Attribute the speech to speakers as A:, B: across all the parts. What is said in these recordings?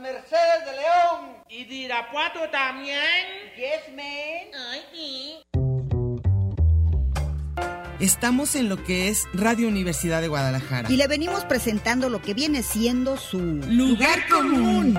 A: Mercedes de León.
B: ¿Y de Irapuato también?
A: Yes, man.
B: Ay, sí.
C: Estamos en lo que es Radio Universidad de Guadalajara.
D: Y le venimos presentando lo que viene siendo su
C: Lugar común.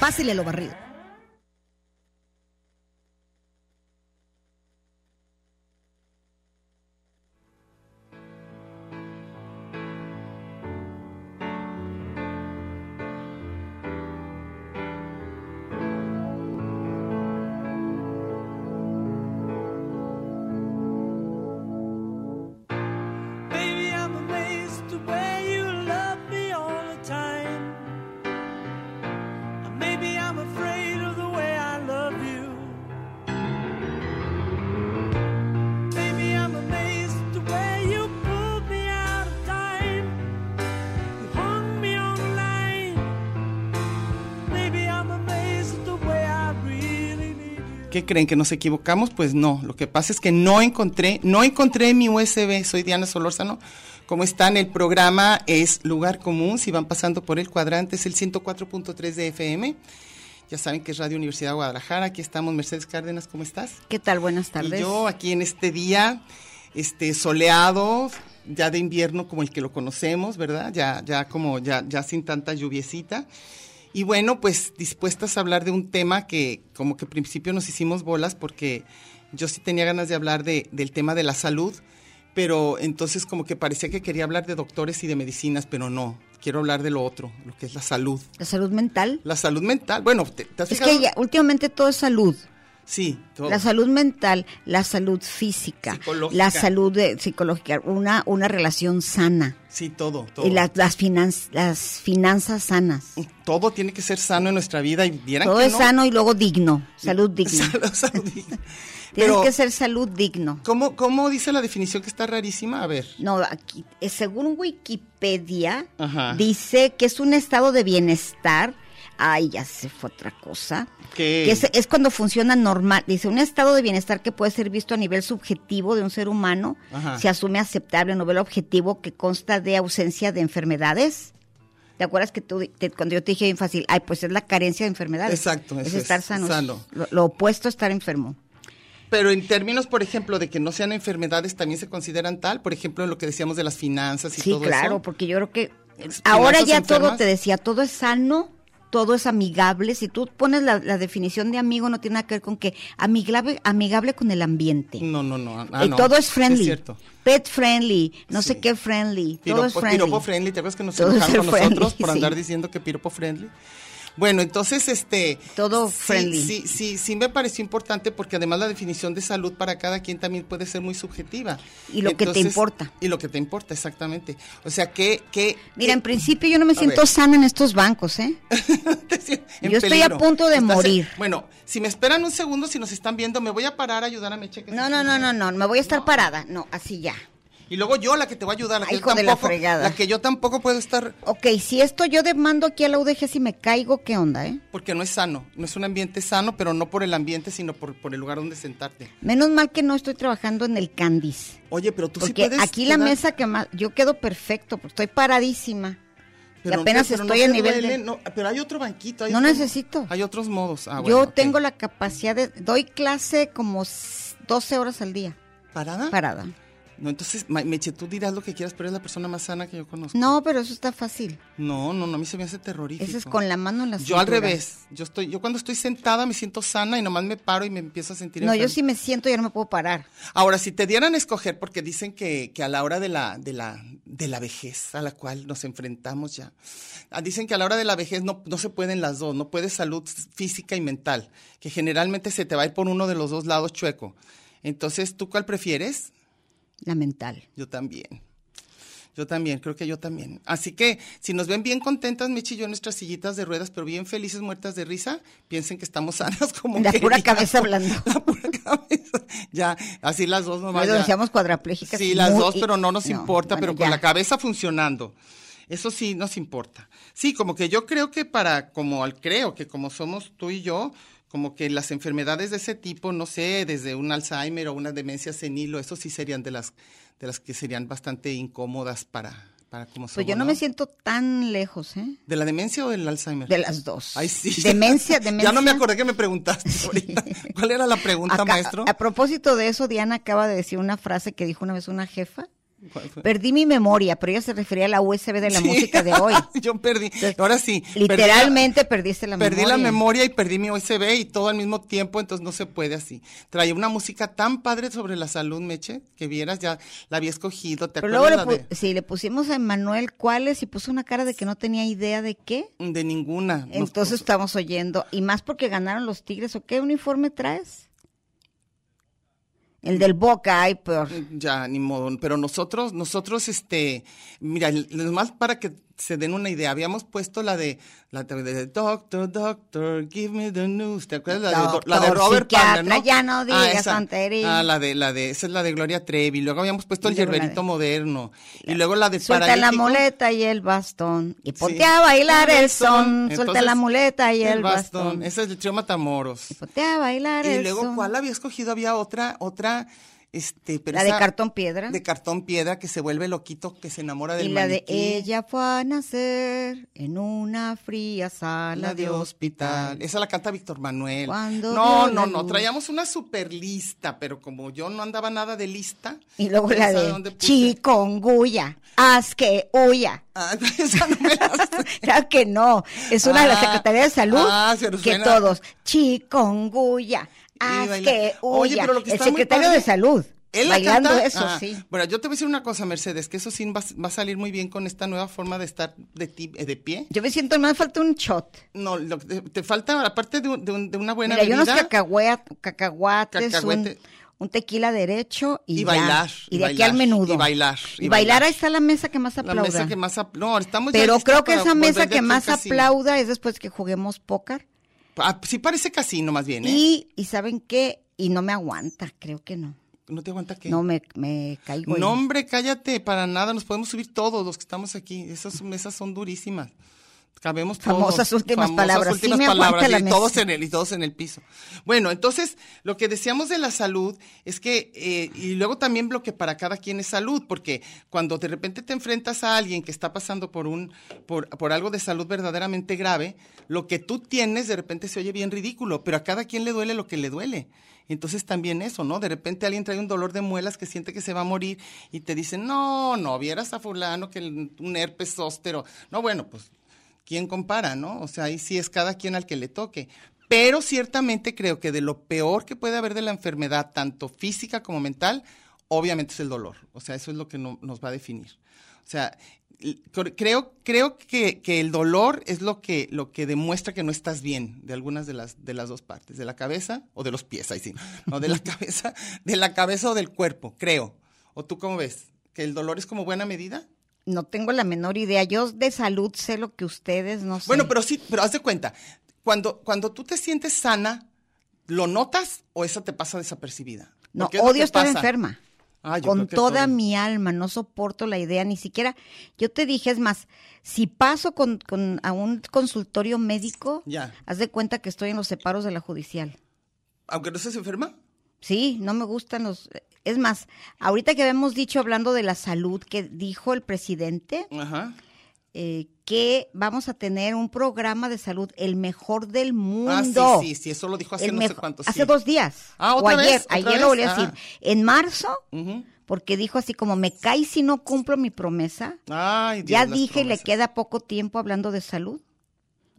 D: Pásele lo barrido.
E: Baby, I'm amazed the way you love me all the time. And Maybe I'm afraid of the way I love you. Baby, I'm amazed the way you pulled me out of time. You hung me on the line. Maybe I'm amazed at the way I really need you.
F: ¿Qué creen que nos equivocamos? Pues no, lo que pasa es que no encontré, no encontré mi USB, soy Diana Solórzano. ¿Cómo están? El programa es Lugar Común, si van pasando por el cuadrante es el 104.3 de FM. Ya saben que es Radio Universidad de Guadalajara, aquí estamos Mercedes Cárdenas, ¿cómo estás?
G: ¿Qué tal? Buenas tardes.
F: Y yo aquí en este día, este soleado, ya de invierno como el que lo conocemos, ¿verdad? Ya, ya como ya, ya sin tanta lluviecita. Y bueno, pues dispuestas a hablar de un tema que como que al principio nos hicimos bolas porque yo sí tenía ganas de hablar de, del tema de la salud, pero entonces como que parecía que quería hablar de doctores y de medicinas, pero no, quiero hablar de lo otro, lo que es la salud.
D: La salud mental.
F: La salud mental, bueno, ¿te, te has
D: Es
F: fijado?
D: que ya, últimamente todo es salud.
F: Sí, todo.
D: La salud mental, la salud física,
F: Psicológica.
D: la salud eh, psicológica, una, una relación sana,
F: sí, todo, todo.
D: y las, las, finan- las finanzas sanas.
F: Todo tiene que ser sano en nuestra vida y vieran
D: Todo
F: que
D: es
F: no.
D: sano y luego digno, salud digna.
F: Salud, salud digna.
D: Tiene
F: Pero,
D: que ser salud digno.
F: ¿cómo, ¿cómo dice la definición que está rarísima? A ver.
D: No, aquí, eh, según Wikipedia,
F: Ajá.
D: dice que es un estado de bienestar. Ay, ya se fue otra cosa.
F: ¿Qué?
D: Que es, es cuando funciona normal. Dice, un estado de bienestar que puede ser visto a nivel subjetivo de un ser humano
F: Ajá.
D: se asume aceptable, novela objetivo que consta de ausencia de enfermedades. ¿Te acuerdas que tú, te- cuando yo te dije bien fácil, ay, pues es la carencia de enfermedades?
F: Exacto,
D: Es
F: eso es,
D: estar sano.
F: sano.
D: Lo, lo opuesto a estar enfermo.
F: Pero en términos, por ejemplo, de que no sean enfermedades, también se consideran tal. Por ejemplo, en lo que decíamos de las finanzas y
D: Sí,
F: todo
D: claro,
F: eso.
D: porque yo creo que
F: Finanzas
D: ahora ya todo
F: enfermas.
D: te decía, todo es sano, todo es amigable. Si tú pones la, la definición de amigo, no tiene nada que ver con que amigable, amigable con el ambiente.
F: No, no, no. ah,
D: y
F: no,
D: todo es
F: sí
D: friendly.
F: es cierto.
D: Pet friendly, no
F: Sí.
D: sé qué friendly, todo
F: Piropo
D: es
F: piropo
D: friendly.
F: friendly. ¿Te acuerdas que nos
D: Todo es
F: enojaron con
D: ser friendly,
F: nosotros por
D: sí.
F: andar diciendo que piropo friendly? Bueno, entonces, este...
D: Todo
F: sí,
D: friendly.
F: Sí, sí, sí me pareció importante porque además la definición de salud para cada quien también puede ser muy subjetiva.
D: Y lo que te importa.
F: Y lo que te importa, exactamente. O sea, que... que
D: Mira, en
F: que-
D: principio yo no me
F: A
D: siento
F: ver.
D: sana en estos bancos, ¿eh?
F: Te siento en
D: Yo estoy a punto de
F: Estás en-
D: morir.
F: bueno, si me esperan un segundo, si nos están viendo, me voy a parar a ayudar a Meche. que
D: No,
F: se-
D: no, no, no, no, me voy a estar parada. No, así ya.
F: Y luego yo la que te voy a ayudar. La
D: Ay,
F: que yo
D: hijo de la
F: tampoco-
D: fregada.
F: La que yo tampoco puedo estar
D: Ok, si esto yo demando aquí a la UDG si me caigo, ¿qué onda, eh?
F: porque no es sano. No es un ambiente sano, pero no por el ambiente, sino por, por el lugar donde sentarte.
D: Menos mal que no estoy trabajando en el Candice.
F: Oye, pero tú sí
D: Porque
F: puedes.
D: aquí la
F: quedar-
D: mesa que más, yo quedo perfecto, porque estoy paradísima.
F: pero
D: y
F: no
D: apenas
F: te- pero no
D: estoy a
F: te
D: nivel
F: duele,
D: de-
F: no, pero hay otro banquito. hay
D: No
F: otro-
D: necesito.
F: Hay otros modos. Ah,
D: yo
F: bueno, ok.
D: tengo la capacidad de, doy clase como s- 12 horas al día,
F: ¿Parada?
D: parada.
F: No, entonces, Ma- Meche, tú dirás lo que quieras, pero es la persona más sana que yo conozco.
D: No, pero eso está fácil.
F: No, no, no, a mí se me hace terrorífico.
D: Eso es con la mano en la
F: Yo al
D: cintura.
F: revés. Yo estoy, yo cuando estoy sentada me siento sana y nomás me paro y me empiezo a sentir.
D: No, yo
F: enferma.
D: sí me siento y ya no me puedo parar.
F: Ahora, si te dieran a escoger, porque dicen que, que a la hora de la, de la, de la vejez a la cual nos enfrentamos ya, ah, dicen que a la hora de la vejez no, no se pueden las dos, no puedes salud física y mental, que generalmente se te va a ir por uno de los dos lados chueco. Entonces, ¿tú cuál prefieres?
D: La mental.
F: Yo también. Yo también, creo que yo también. Así que si nos ven bien contentas, Michi y yo en nuestras sillitas de ruedas, pero bien felices, muertas de risa, piensen que estamos sanas como
D: La
F: que
D: pura
F: diga-
D: cabeza hablando.
F: La pura cabeza. Ya, así las dos nomás.
D: Nos
F: ya.
D: decíamos cuadraplégicas.
F: Sí, las
D: muy-
F: dos, pero no nos importa,
D: bueno,
F: pero con
D: ya.
F: la cabeza funcionando. Eso sí nos importa. Sí, como que yo creo que para, como al creo que como somos tú y yo, como que las enfermedades de ese tipo, no sé, desde un Alzheimer o una demencia senil, o eso sí serían de las, de las que serían bastante incómodas para, para como
D: Pues
F: somos,
D: yo no me siento tan lejos, ¿eh?
F: ¿De la demencia o del Alzheimer?
D: De las dos.
F: Ay, sí.
D: Demencia, demencia.
F: Ya no me acordé que me preguntaste ahorita. ¿Cuál era la pregunta,
D: Acá-
F: maestro?
D: A, propósito de eso, Diana acaba de decir una frase que dijo una vez una jefa.
F: ¿Cuál fue?
D: Perdí mi memoria, pero ella se refería a la USB de la
F: Sí.
D: música de hoy.
F: yo perdí.
D: Entonces,
F: Ahora sí. perdí la-
D: Literalmente perdiste la
F: perdí
D: memoria.
F: la memoria y perdí mi USB y todo al mismo tiempo, entonces no se puede así. Traía una música tan padre sobre la salud, Meche, que vieras, ya la había escogido, ¿te
D: Pero luego le,
F: acuerdas? la
D: pu- sí, le pusimos a Manuel Cuáles y puso una cara de que no tenía idea de qué.
F: de, de ninguna. Nos
D: Entonces
F: puso-
D: estamos oyendo. Y más porque ganaron los Tigres. ¿O qué uniforme traes? El del Boca, ay, peor.
F: ya, ni modo. Pero nosotros, nosotros, este, mira, más para que se den una idea, habíamos puesto la de, la de, de- Doctor, Doctor, give me the news, ¿te acuerdas? La de, la de
D: Doctor,
F: Robert Palmer,
D: psiquiatra,
F: ¿no? Ah,
D: ya no digas
F: esa.
D: tonterías.
F: Ah, la de, la de, esa es la de Gloria Trevi. Luego habíamos puesto el
D: Y luego la
F: yerberito
D: de-
F: moderno. Y luego la de
D: Suelta la
F: Paralítico.
D: muleta y el bastón. Y ponte
F: Sí.
D: a bailar el son.
F: Entonces,
D: Suelta la muleta y el, bastón.
F: Ese es el trío Matamoros.
D: Y ponte a bailar
F: Y
D: el
F: luego,
D: son.
F: ¿cuál había escogido? Había otra, otra, este, pero
D: La de
F: esa-
D: cartón piedra.
F: De cartón piedra que se vuelve loquito, que se enamora del
D: y la de
F: maniquí.
D: ella fue a nacer en una fría sala
F: La de hospital. Esa la canta Víctor Manuel.
D: Cuando
F: No,
D: vio la
F: no, no.
D: luz.
F: Traíamos una super lista, pero como yo no andaba nada de lista.
D: Y luego
F: ¿quién
D: la
F: sabe dónde
D: de
F: puse?
D: chikungunya, haz que huya.
F: Ah, esa no me la sé.
D: Claro que no, es una de las
F: Ah,
D: Secretarías de Salud
F: ah, se nos
D: que
F: suena.
D: todos, chikungunya, haz
F: baila.
D: que huya.
F: Oye, pero lo que
D: El
F: está muy
D: secretario
F: padre-
D: de Salud,
F: Él la
D: bailando
F: canta-
D: eso,
F: Ah,
D: sí.
F: Bueno, yo te voy a decir una cosa, Mercedes, que eso sí va, va a salir muy bien con esta nueva forma de estar de, ti, eh, de pie.
D: Yo me siento, me falta un shot.
F: No, lo que te, te falta, aparte de, un- de un- de una buena
D: Mira, yo unos
F: bebida,
D: cacahuea- cacahuates,
F: Cacahuete.
D: un, un tequila derecho y,
F: Y
D: ya.
F: bailar,
D: Y
F: y
D: de aquí
F: bailar,
D: al menudo.
F: y bailar,
D: Y,
F: y
D: bailar,
F: bailar.
D: ahí está la mesa que más aplauda.
F: la mesa que más... apl- No, estamos ya
D: Pero
F: listos
D: creo que
F: para
D: esa mesa
F: volver de
D: que
F: aquí
D: más
F: al casino.
D: aplauda es después que juguemos póker.
F: Ah, sí parece casino más bien, ¿eh?
D: Y, y ¿saben qué? Y no me aguanta, creo que no.
F: ¿No te aguanta qué?
D: No me, me caigo. ahí.
F: No, hombre, cállate, para nada, nos podemos subir todos los que estamos aquí. Esas mesas son durísimas. Cabemos todos.
D: Famosas últimas
F: Famosas
D: palabras. Sí
F: últimas
D: me aguanta
F: palabras,
D: la
F: y
D: mesa.
F: todos en el y todos en el piso. Bueno, entonces lo que decíamos de la salud es que eh, y luego también lo que para cada quien es salud, porque cuando de repente te enfrentas a alguien que está pasando por un por, por algo de salud verdaderamente grave, lo que tú tienes de repente se oye bien ridículo, pero a cada quien le duele lo que le duele. Entonces también eso, ¿no? De repente alguien trae un dolor de muelas que siente que se va a morir y te dicen, "No, no, vieras a fulano que el- un herpes óstero." No, bueno, pues ¿quién compara, no? O sea, ahí sí es cada quien al que le toque. Pero ciertamente creo que de lo peor que puede haber de la enfermedad, tanto física como mental, obviamente es el dolor. O sea, eso es lo que no- nos va a definir. O sea, l- cor- creo, creo que, que el dolor es lo que, lo que demuestra que no estás bien de algunas de las, de las dos partes, de la cabeza o de los pies, ahí sí. No, de la cabeza, de la cabeza o del cuerpo, creo. ¿O tú cómo ves? ¿Que el dolor es como buena medida?
D: No tengo la menor idea. Yo de salud sé lo que ustedes no sé.
F: Bueno, pero sí, pero haz de cuenta, cuando, cuando tú te sientes sana, ¿lo notas o esa te pasa desapercibida?
D: No,
F: Porque es lo
D: odio
F: que
D: estar
F: pasa.
D: enferma.
F: Ah, yo
D: con
F: creo que
D: toda
F: todos.
D: mi alma, no soporto la idea, ni siquiera, yo te dije, es más, si paso con, con- a un consultorio médico,
F: Ya.
D: haz de cuenta que estoy en los separos de la judicial.
F: Aunque no estés enferma,
D: Sí, no me gustan los... eh, Es más, ahorita que habíamos dicho, hablando de la salud, que dijo el presidente,
F: ajá.
D: eh, que vamos a tener un programa de salud, el mejor del
F: Ah,
D: mundo.
F: sí, sí, sí, eso lo dijo hace
D: El
F: no sé
D: mejor-
F: cuántos.
D: Hace dos días.
F: Ah,
D: o
F: ¿otra
D: ayer,
F: vez? ¿Otra
D: ayer lo
F: vez?
D: volví a decir.
F: Ah.
D: En marzo porque dijo así como me cae si no cumplo mi promesa.
F: Ay, Dios,
D: Ya
F: las
D: dije, le
F: promesas.
D: queda poco tiempo hablando de salud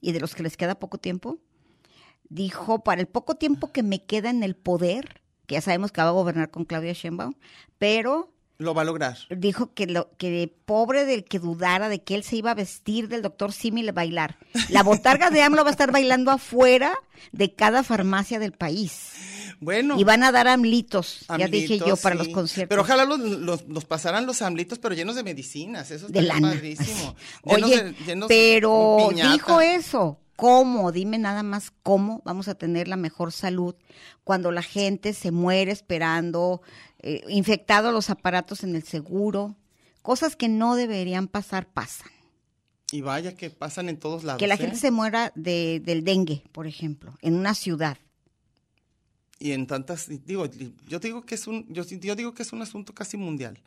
D: y de los que les queda poco tiempo. Dijo, para el poco tiempo que me queda en el poder, que ya sabemos que va a gobernar con Claudia Sheinbaum, pero
F: Lo va a lograr.
D: dijo que lo que pobre del que dudara de que él se iba a vestir del doctor Simi a bailar. La botarga de AMLO va a estar bailando afuera de cada farmacia del país.
F: Bueno.
D: Y van a dar amlitos, ya dije
F: Amlitos,
D: yo, para
F: sí.
D: los conciertos.
F: Pero ojalá los, los- los pasaran los amlitos, pero llenos de medicinas. Eso
D: de
F: estaría
D: lana.
F: padrísimo. Llenos
D: Oye,
F: de- llenos
D: pero
F: con piñata.
D: dijo eso. ¿Cómo? Dime nada más cómo vamos a tener la mejor salud cuando la gente se muere esperando, eh, infectados los aparatos en el seguro. Cosas que no deberían pasar, pasan.
F: Y vaya que pasan en todos lados.
D: que la
F: ¿eh?
D: gente se muera de- del dengue, por ejemplo, en una ciudad.
F: Y en tantas, y digo, y yo digo que es un, yo, sí- yo digo que es un asunto casi mundial.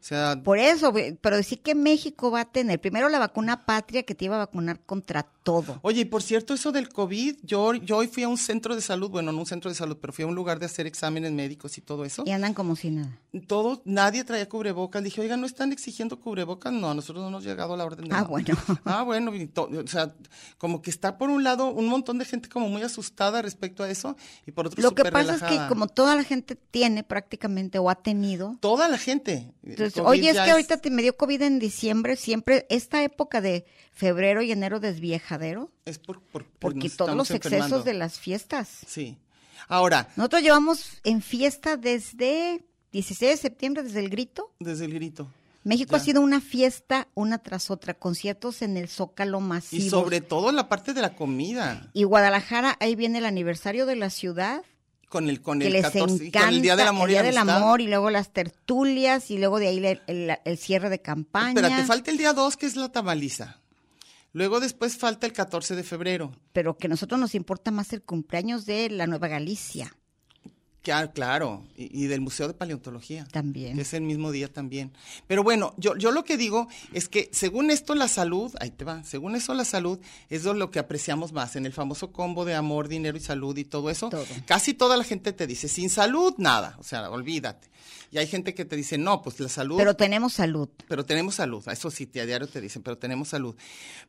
F: O sea,
D: Por eso, ve- pero decir que México va a tener primero la vacuna patria que te iba a vacunar contra todo.
F: Oye, y por cierto, eso del COVID, yo, yo hoy fui a un centro de salud, bueno, no un centro de salud, pero fui a un lugar de hacer exámenes médicos y todo eso.
D: Y andan como si nada.
F: Todo, nadie traía cubrebocas. Le dije, oiga, ¿no están exigiendo cubrebocas? No, a nosotros no nos ha llegado la orden de
D: Ah,
F: nada.
D: bueno.
F: Ah, bueno, y to- o sea, como que está por un lado un montón de gente como muy asustada respecto a eso y por otro
D: Lo que
F: súper
D: pasa es que
F: relajada.
D: como toda la gente tiene prácticamente o ha tenido.
F: Toda la gente. el
D: Entonces,
F: COVID
D: oye, es
F: ya
D: que ahorita te me dio COVID en diciembre, siempre esta época de febrero y enero desviejadero,
F: Es por, por- por-
D: porque
F: Pues nos
D: todos
F: estamos
D: los
F: enfermando.
D: excesos de las fiestas.
F: Sí. Ahora,
D: Nosotros llevamos en fiesta desde 16 de septiembre, desde el grito.
F: desde el grito.
D: México ha
F: Ya.
D: sido una fiesta una tras otra, conciertos en el Zócalo
F: Y
D: masivo.
F: sobre todo la parte de la comida.
D: Y Guadalajara, ahí viene el aniversario de la ciudad,
F: Con el, con
D: que
F: el
D: les
F: 14 y
D: encanta
F: con el Día del Amor y
D: Día
F: la
D: del
F: Amistad.
D: Amor, y luego las tertulias, y luego de ahí la- el, el cierre de campaña.
F: Espera, te falta el día 2, que es la tamaliza. Luego después falta el 14 de febrero.
D: pero que a nosotros nos importa más el cumpleaños de la Nueva Galicia
F: Que, ah, claro, y, y del Museo de Paleontología.
D: también.
F: que es el mismo día también. Pero bueno, yo, yo lo que digo es que según esto la salud, ahí te va, según eso la salud es lo- lo que apreciamos más, en el famoso combo de amor, dinero y salud y todo eso,
D: Todo.
F: casi toda la gente te dice, sin salud nada, o sea, olvídate. Y hay gente que te dice, no, pues la salud...
D: Pero tenemos salud.
F: pero tenemos salud, a eso sí, te- a diario te dicen, pero tenemos salud.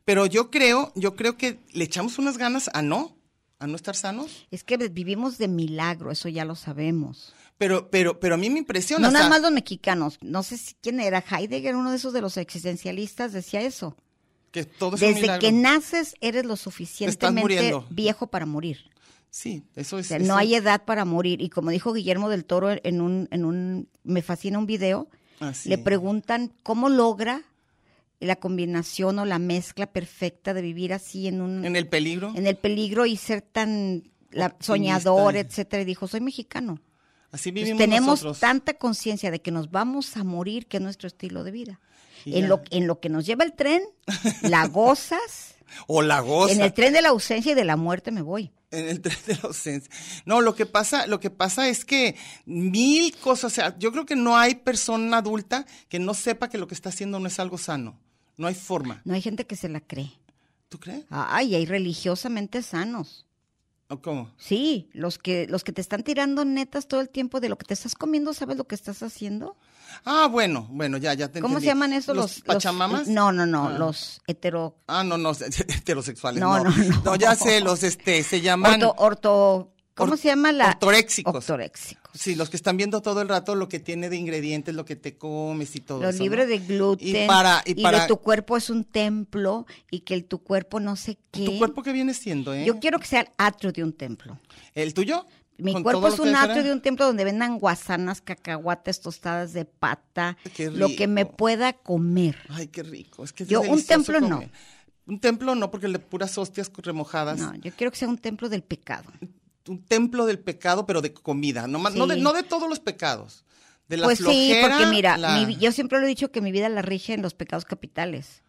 F: Pero yo creo, yo creo que le echamos unas ganas a no, a no estar sanos,
D: Es que vivimos de milagro, eso ya lo sabemos.
F: pero, pero, pero a mí me impresiona.
D: No
F: o
D: nada
F: sea,
D: más los mexicanos, no sé si quién era, Heidegger, uno de esos de los existencialistas, decía eso.
F: que todo es Pues un
D: Desde
F: milagro.
D: que naces eres lo suficientemente
F: muriendo.
D: viejo para morir.
F: Sí, eso
D: O
F: es.
D: sea,
F: eso-
D: no hay edad para morir. Y como dijo Guillermo del Toro en un, en un, me fascina un video, e-
F: Así
D: Le
F: es.
D: preguntan cómo logra la combinación o la mezcla perfecta de vivir así en un
F: En el peligro.
D: en el peligro y ser tan la-
F: Optimista.
D: soñador, etcétera, y dijo, soy mexicano.
F: Así
D: Pues
F: vivimos
D: tenemos
F: nosotros.
D: tanta conciencia de que nos vamos a morir, que es nuestro estilo de vida.
F: Y
D: En
F: ya.
D: lo, en lo que nos lleva el tren, la gozas,
F: O la goza.
D: en el tren de la ausencia y de la muerte me voy.
F: En el tren de la ausencia. No, lo que pasa, lo que pasa es que mil cosas, o sea, yo creo que no hay persona adulta que no sepa que lo que está haciendo no es algo sano. No hay forma.
D: No hay gente que se la cree.
F: ¿Tú crees?
D: Ay, hay religiosamente sanos.
F: ¿O cómo?
D: Sí, los que, los que te están tirando netas todo el tiempo de lo que te estás comiendo, ¿sabes lo que estás haciendo?
F: Ah, bueno, bueno, ya, ya te
D: ¿Cómo
F: entendí.
D: se llaman esos los, los-
F: pachamamas?
D: no, no, no,
F: Ah.
D: los hetero
F: Ah, no, no, heterosexuales.
D: No,
F: No,
D: no, no.
F: ya sé, los este, se llaman.
D: orto, orto- ¿cómo
F: Or-
D: se llama la?
F: ortorexicos.
D: Ortorexicos.
F: Sí, los que están viendo todo el rato lo que tiene de ingredientes, lo que te comes y todo
D: Los
F: eso. ¿no?
D: libres de gluten
F: Y para, y
D: que
F: para
D: tu cuerpo es un templo y que el tu cuerpo no sé qué.
F: ¿Tu cuerpo qué viene siendo, eh?
D: Yo quiero que sea el atrio de un templo.
F: ¿El tuyo?
D: Mi
F: ¿Con
D: cuerpo
F: todo
D: es
F: lo que
D: un
F: hay
D: atrio
F: fuera?
D: de un templo donde vendan guasanas, cacahuates, tostadas de pata,
F: Qué
D: lo que me
F: rico.
D: pueda comer.
F: Ay, qué rico. Es que es
D: Yo, un
F: delicioso
D: templo no.
F: comer. Un templo no, porque le puras hostias remojadas.
D: No, yo quiero que sea un templo del pecado.
F: Un templo del pecado, pero de comida. No, más- no, de,
D: Sí.
F: no de todos los pecados. De la
D: pues sí,
F: flojera,
D: porque mira,
F: la,
D: mi vi- yo siempre lo he dicho que mi vida la rige en los pecados capitales.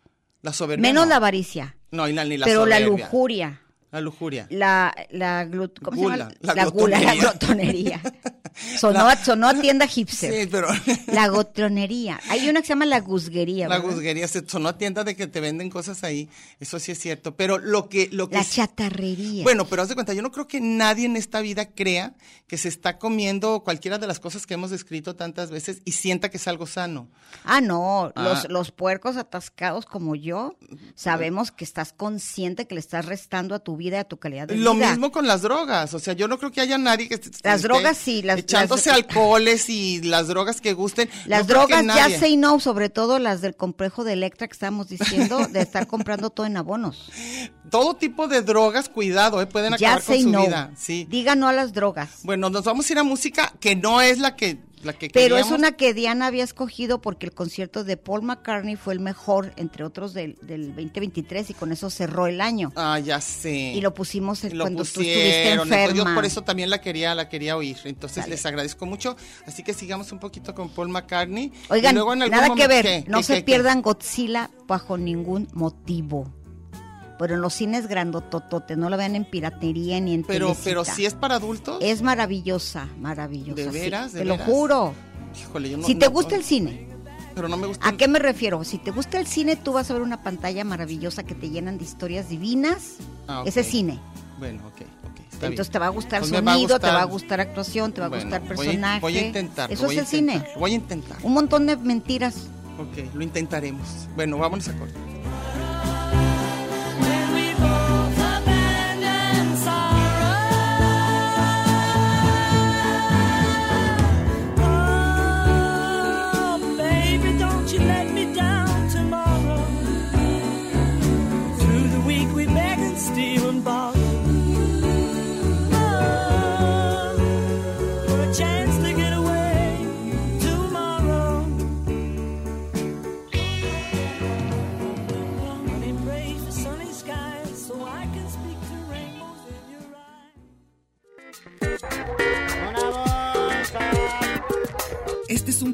F: la soberbia.
D: Menos
F: no.
D: la avaricia,
F: No, y la, ni la
D: pero la
F: soberbia.
D: lujuria,
F: La lujuria.
D: la, la glut- ¿cómo se llama?
F: Gula, la
D: gula, la glotonería. Sonó, a- sonó a tienda
F: Sí,
D: hipster.
F: pero
D: La gotronería. Hay una que se llama la guzguería,
F: la
D: ¿verdad?
F: guzguería se sonó a tienda de que te venden cosas ahí. Eso sí es cierto. Pero lo que, lo que
D: La
F: sí-
D: chatarrería.
F: Bueno, pero haz de cuenta, yo no creo que nadie en esta vida crea que se está comiendo cualquiera de las cosas que hemos descrito tantas veces y sienta que es algo sano.
D: Ah, no,
F: Ah.
D: Los, los puercos atascados como yo, sabemos que estás consciente que le estás restando a tu vida y a tu calidad de
F: Lo
D: vida.
F: mismo con las drogas, o sea, yo no creo que haya nadie que... est-
D: Las
F: esté
D: drogas sí, las-
F: echándose alcoholes y las drogas que gusten.
D: Las
F: no creo que
D: drogas ya
F: nadie-
D: say no, sobre todo las del complejo de Electra que estábamos diciendo, de estar comprando todo en abonos.
F: Todo tipo de drogas, cuidado, eh, pueden
D: Ya
F: acabar con
D: say
F: su
D: no.
F: vida. Sí.
D: Diga no a las drogas.
F: Bueno, nos vamos a ir a música que no es la que la que
D: Pero es
F: queríamos.
D: una que Diana había escogido porque el concierto de Paul McCartney fue el mejor, entre otros, del, del 2023 y con eso cerró el año.
F: Ah, ya sé.
D: Y lo pusimos el-
F: Lo
D: cuando tú estuviste
F: pusieron, entonces
D: enferma.
F: Yo por eso también la quería, la quería oír. Entonces les agradezco mucho. Así que sigamos un poquito con Paul McCartney. Y
D: Oigan,
F: luego en algún
D: nada que
F: momento-
D: ver,
F: ¿qué?
D: no
F: ¿Qué,
D: se
F: qué, qué?
D: pierdan Godzilla bajo ningún motivo. Pero en los cines grandototote, no la vean en piratería ni en
F: Pero,
D: telecita.
F: pero si es para adultos.
D: Es maravillosa, maravillosa.
F: ¿De
D: sí,
F: veras? ¿De
D: te
F: veras?
D: lo juro.
F: Híjole, yo no-
D: si te
F: no-
D: gusta el cine,
F: Pero no me gusta.
D: ¿a qué me refiero? Si te gusta el cine, tú vas a ver una pantalla maravillosa que te llenan de historias divinas.
F: Ah, ok.
D: Ese es cine.
F: Bueno, ok, ok. está bien.
D: Entonces te va a gustar
F: Pues me
D: sonido,
F: va a
D: te va a
F: gustar-
D: gustar actuación, te va a
F: Bueno,
D: gustar
F: voy a-
D: personaje.
F: Voy a, intentar.
D: Eso
F: voy
D: es
F: a
D: el cine.
F: intentar, Voy a intentar.
D: Un montón de mentiras.
F: Ok, lo intentaremos. Bueno, vámonos a corte.
E: When we both abandon sorrow, oh baby, don't you let me down tomorrow. Through the week we beg and steal and borrow. Oh, for a chance to get away tomorrow. And pray for sunny skies so I can speak to rainbows in your eyes.
C: Este es un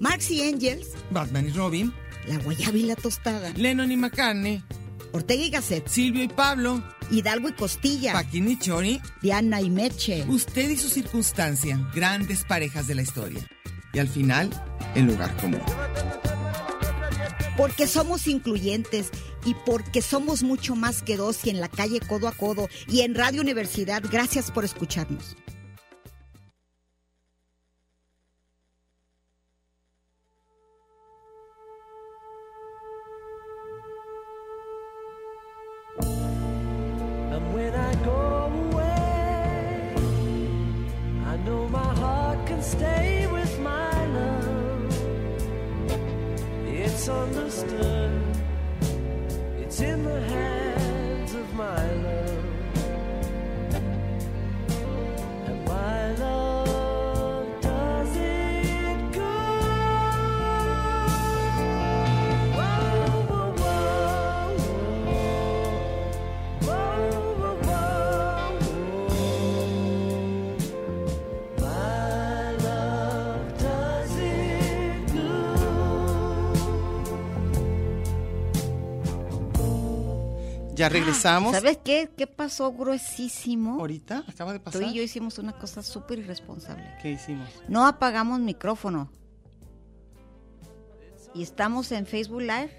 D: Marx y Angels,
C: Batman y Robin,
D: La Guayaba y la Tostada,
C: Lennon y McCartney,
D: Ortega y Gasset,
C: Silvio y Pablo,
D: Hidalgo y Costilla,
C: Paquín y Chori,
D: Diana y Meche.
C: usted y su circunstancia, grandes parejas de la historia. Y al final, el lugar común.
D: Porque somos incluyentes y porque somos mucho más que dos y en la calle codo a codo y en Radio Universidad. Gracias por escucharnos.
E: And when I go away, I know my heart can stay with my love. It's understood, it's in the hands of my love. And my love does it good. Whoa, whoa, whoa, whoa.
F: Ya regresamos.
D: Ah, ¿Sabes qué? ¿Qué pasó gruesísimo?
F: Ahorita acaba de pasar.
D: Tú y yo hicimos una cosa súper irresponsable.
F: ¿Qué hicimos?
D: No apagamos micrófono. Y estamos en Facebook Live.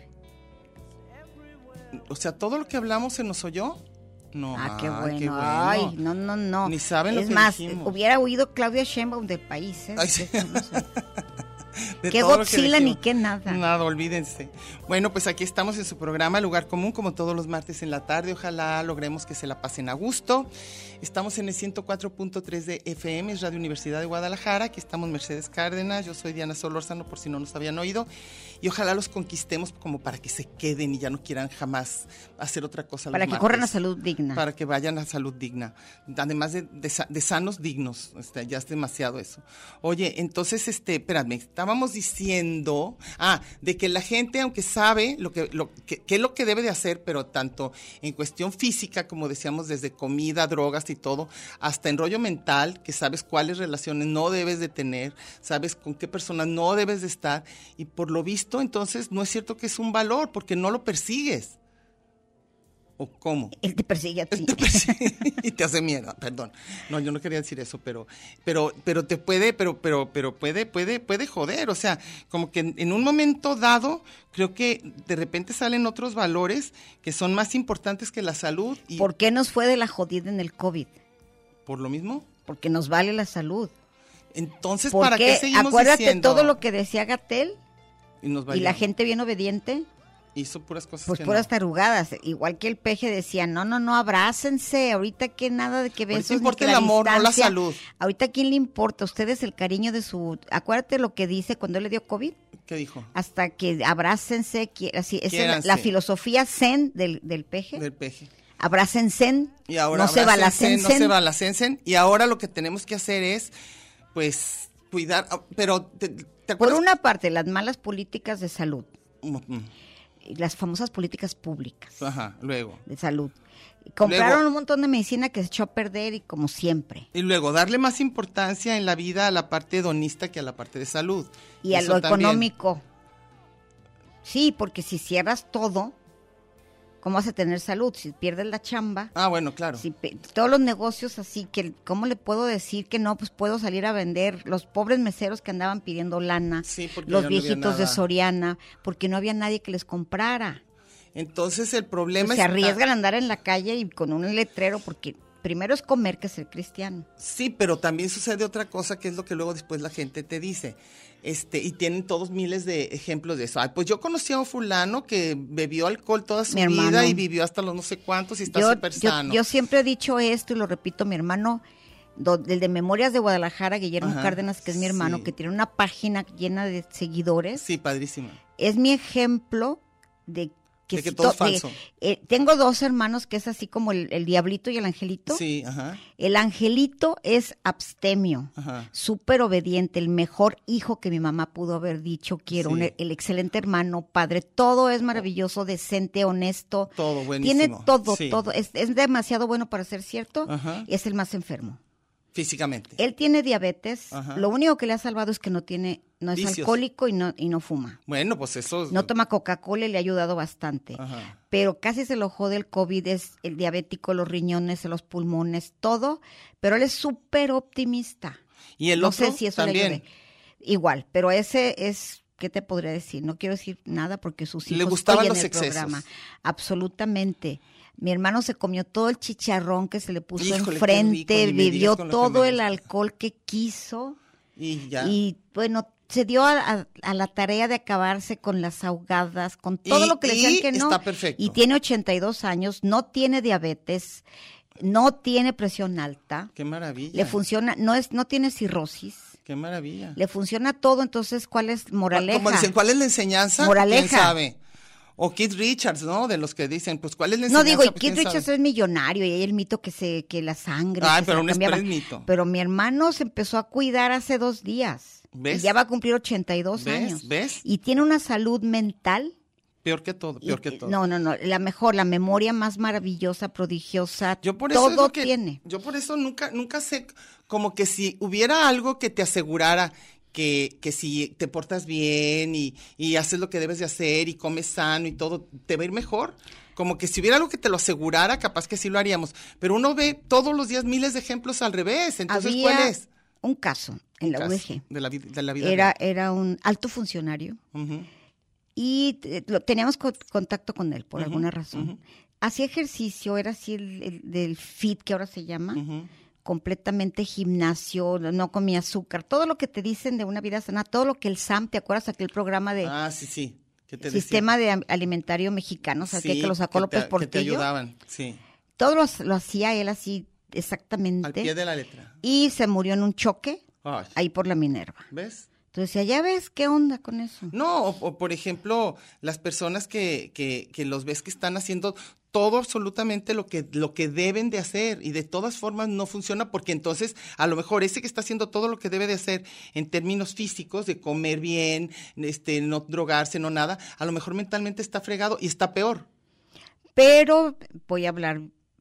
F: O sea, todo lo que hablamos se nos oyó. No.
D: Ah, qué
F: ay,
D: bueno. Ay, no, no, no.
F: Ni saben lo
D: es
F: que
D: más,
F: dijimos.
D: hubiera huido Claudia Sheinbaum del país. ¿eh?
F: Ay, sí. De
D: Qué
F: todo lo que
D: Godzilla ni
F: dijimos.
D: qué nada.
F: Nada, olvídense. Bueno, pues aquí estamos en su programa Lugar Común, como todos los martes en la tarde. Ojalá logremos que se la pasen a gusto. Estamos en el 104.3 de FM, es Radio Universidad de Guadalajara. Aquí estamos Mercedes Cárdenas, yo soy Diana Solórzano, por si no nos habían oído. Y ojalá los conquistemos como para que se queden y ya no quieran jamás hacer otra cosa. los
D: Para que
F: martes.
D: corran a salud digna.
F: Para que vayan a salud digna, además de, de sa- de sanos dignos, este, ya es demasiado eso. Oye, entonces, este, espérame, estábamos diciendo, ah, de que la gente, aunque sabe lo que, lo, que, qué es lo que debe de hacer, pero tanto en cuestión física, como decíamos, desde comida, drogas y todo, hasta en rollo mental, que sabes cuáles relaciones no debes de tener, sabes con qué personas no debes de estar, y por lo visto, entonces, no es cierto que es un valor, porque no lo persigues. ¿O o cómo?
D: Él te persigue a ti.
F: Te persigue y te hace miedo, perdón. No, yo no quería decir eso, pero, pero, pero te puede, pero, pero, pero puede, puede, puede joder. O sea, como que en, en un momento dado, creo que de repente salen otros valores que son más importantes que la salud y
D: ¿Por qué nos fue de la jodida en el COVID?
F: por lo mismo.
D: Porque nos vale la salud.
F: Entonces, ¿para qué
D: Porque
F: seguimos
D: acuérdate
F: diciendo?
D: todo lo que decía Gatel
F: y, nos
D: y la
F: valió.
D: gente bien obediente,
F: hizo puras cosas.
D: pues
F: que
D: puras
F: no.
D: tarugadas. Igual que el peje decía, no, no, no, abrácense, ahorita que nada de que
F: Ahorita
D: besos ni
F: importa
D: que
F: el
D: la
F: amor, no la
D: distancia".
F: salud.
D: Ahorita ¿a quién le importa, a ustedes el cariño de su... Acuérdate lo que dice cuando él le dio COVID,
F: ¿Qué dijo?
D: hasta que abrácense, qui- así, esa es la- la,
F: Quiéranse.
D: filosofía zen del, del peje.
F: Del peje.
D: Abrácense,
F: Y ahora
D: no se
F: abracen, no se
D: balacencen.
F: balacencen. Y ahora lo que tenemos que hacer es, pues, cuidar. ah, Pero, ¿te, te
D: Por
F: acuerdas?
D: una parte, las malas políticas de salud,
F: Mm, mm,
D: y las famosas políticas públicas.
F: Ajá, luego.
D: de salud. Compraron
F: Luego-
D: un montón de medicina que se echó a perder y como siempre.
F: Y luego, darle más importancia en la vida a la parte hedonista que a la parte de salud.
D: Y a
F: Eso
D: lo
F: también.
D: económico. Sí, porque si cierras todo, ¿cómo vas a tener salud? Si pierdes la chamba,
F: Ah, bueno, claro.
D: si pe- todos los negocios así, que ¿cómo le puedo decir que no? Pues puedo salir a vender los pobres meseros que andaban pidiendo lana,
F: Sí, porque
D: los
F: ya no había
D: viejitos de
F: nada.
D: Soriana, porque no había nadie que les comprara.
F: Entonces, el problema
D: Pues
F: es.
D: se arriesgan a andar en la calle y con un letrero, porque primero es comer que ser cristiano.
F: Sí, pero también sucede otra cosa que es lo que luego después la gente te dice. Este, y tienen todos miles de ejemplos de eso. Ay, pues yo conocí a un fulano que bebió alcohol toda su
D: Mi hermano.
F: vida y vivió hasta los no sé cuántos y está súper sano.
D: yo siempre he dicho esto y lo repito, mi hermano, do- el de Memorias de Guadalajara, Guillermo
F: Ajá,
D: Cárdenas, que es mi hermano,
F: sí.
D: que tiene una página llena de seguidores,
F: Sí, padrísimo.
D: es mi ejemplo de que,
F: De que
D: si
F: todo
D: to-
F: es falso.
D: eh, tengo dos hermanos que es así como el, el diablito y el angelito.
F: Sí, ajá,
D: El angelito es abstemio.
F: ajá.
D: Súper obediente, el mejor hijo que mi mamá pudo haber dicho, quiero,
F: Sí. Oh.
D: un- el excelente hermano, padre, todo es maravilloso, decente, honesto,
F: Todo buenísimo.
D: tiene todo,
F: Sí,
D: todo. Es, es demasiado bueno para ser cierto.
F: Ajá.
D: Y es el más enfermo.
F: Físicamente.
D: Él tiene diabetes.
F: Ajá.
D: Lo único que le ha salvado es que no tiene, no es
F: Vicios.
D: alcohólico y no, y no fuma.
F: Bueno, pues eso.
D: No toma Coca-Cola y le ha ayudado bastante.
F: Ajá.
D: Pero casi se lo jode el COVID, es el diabético, los riñones, los pulmones, todo. Pero él es súper optimista.
F: Y el
D: no
F: otro
D: sé si eso le
F: también.
D: ayude. Igual, pero ese es, ¿qué te podría decir? No quiero decir nada porque sus
F: Le
D: hijos
F: gustaban
D: oyen
F: los
D: el
F: excesos.
D: programa. Absolutamente. Mi hermano se comió todo el chicharrón que se le puso
F: Híjole, qué
D: enfrente,
F: rico, ni me
D: vivió
F: digas con lo que
D: todo
F: me
D: el
F: gusta.
D: alcohol que quiso
F: Y ya.
D: y bueno, se dio a, a- a la tarea de acabarse con las ahogadas, con todo
F: Y-
D: lo que le
F: y
D: decían que no.
F: está perfecto.
D: Y tiene 82 años, no tiene diabetes, no tiene presión alta,
F: Qué maravilla.
D: le funciona, no es no tiene cirrosis.
F: Qué maravilla.
D: Le funciona todo, entonces, ¿cuál es moraleja?
F: Ah, Como dicen, ¿cuál es la enseñanza? ¿Quién
D: Moraleja.
F: sabe? O Keith Richards, ¿no? De los que dicen, pues, ¿cuál es la
D: no
F: enseñanza?
D: digo, y
F: Pues,
D: Keith
F: ¿quién sabe?
D: Richards es millonario y hay el mito que se que la sangre.
F: Ay,
D: que se
F: pero
D: la
F: un es
D: cambiaba.
F: pero es mito.
D: Pero mi hermano se empezó a cuidar hace dos días.
F: ¿Ves?
D: Y ya va a cumplir 82
F: ¿Ves?
D: años.
F: ¿Ves?
D: Y tiene una salud mental.
F: Peor que todo, peor
D: y-
F: que todo.
D: No, no, no. La mejor, la memoria más maravillosa, prodigiosa.
F: Yo por eso es
D: todo
F: lo que-
D: tiene.
F: Yo por eso nunca, nunca sé, como que si hubiera algo que te asegurara que, que si te portas bien y, y haces lo que debes de hacer y comes sano y todo, te va a ir mejor. Como que si hubiera algo que te lo asegurara, capaz que sí lo haríamos. Pero uno ve todos los días miles de ejemplos al revés. Entonces,
D: Había
F: ¿cuál es?
D: un caso en la UDG.
F: De la, vid- de la vida.
D: E. Era,
F: real.
D: era un alto funcionario.
F: Ujú.
D: y te- lo- teníamos co- contacto con él por alguna razón. Hacía ejercicio, era así el, el- del fit que ahora se llama, completamente gimnasio, no- no comía azúcar, todo lo que te dicen de una vida sana, todo lo que el SAM, ¿te acuerdas aquel programa de
F: Ah, sí, sí. ¿Qué te decía?
D: Sistema de Am- Alimentario Mexicano, o sea, que,
F: Sí,
D: que lo sacó
F: que te-
D: López
F: Que te
D: Portillo?
F: ayudaban, sí.
D: Todo lo, lo hacía él así
F: Al
D: exactamente
F: pie de la letra.
D: y se murió en un choque
F: Ay,
D: ahí por la Minerva.
F: ¿Ves?
D: Entonces, decía, ya ves qué onda con eso.
F: No, o, o, por ejemplo, las personas que, que, que los ves que están haciendo todo absolutamente lo que, lo que deben de hacer y de todas formas no funciona porque entonces a lo mejor ese que está haciendo todo lo que debe de hacer en términos físicos, de comer bien, este, no drogarse, no nada, a lo mejor mentalmente está fregado y está peor.
D: pero voy a hablar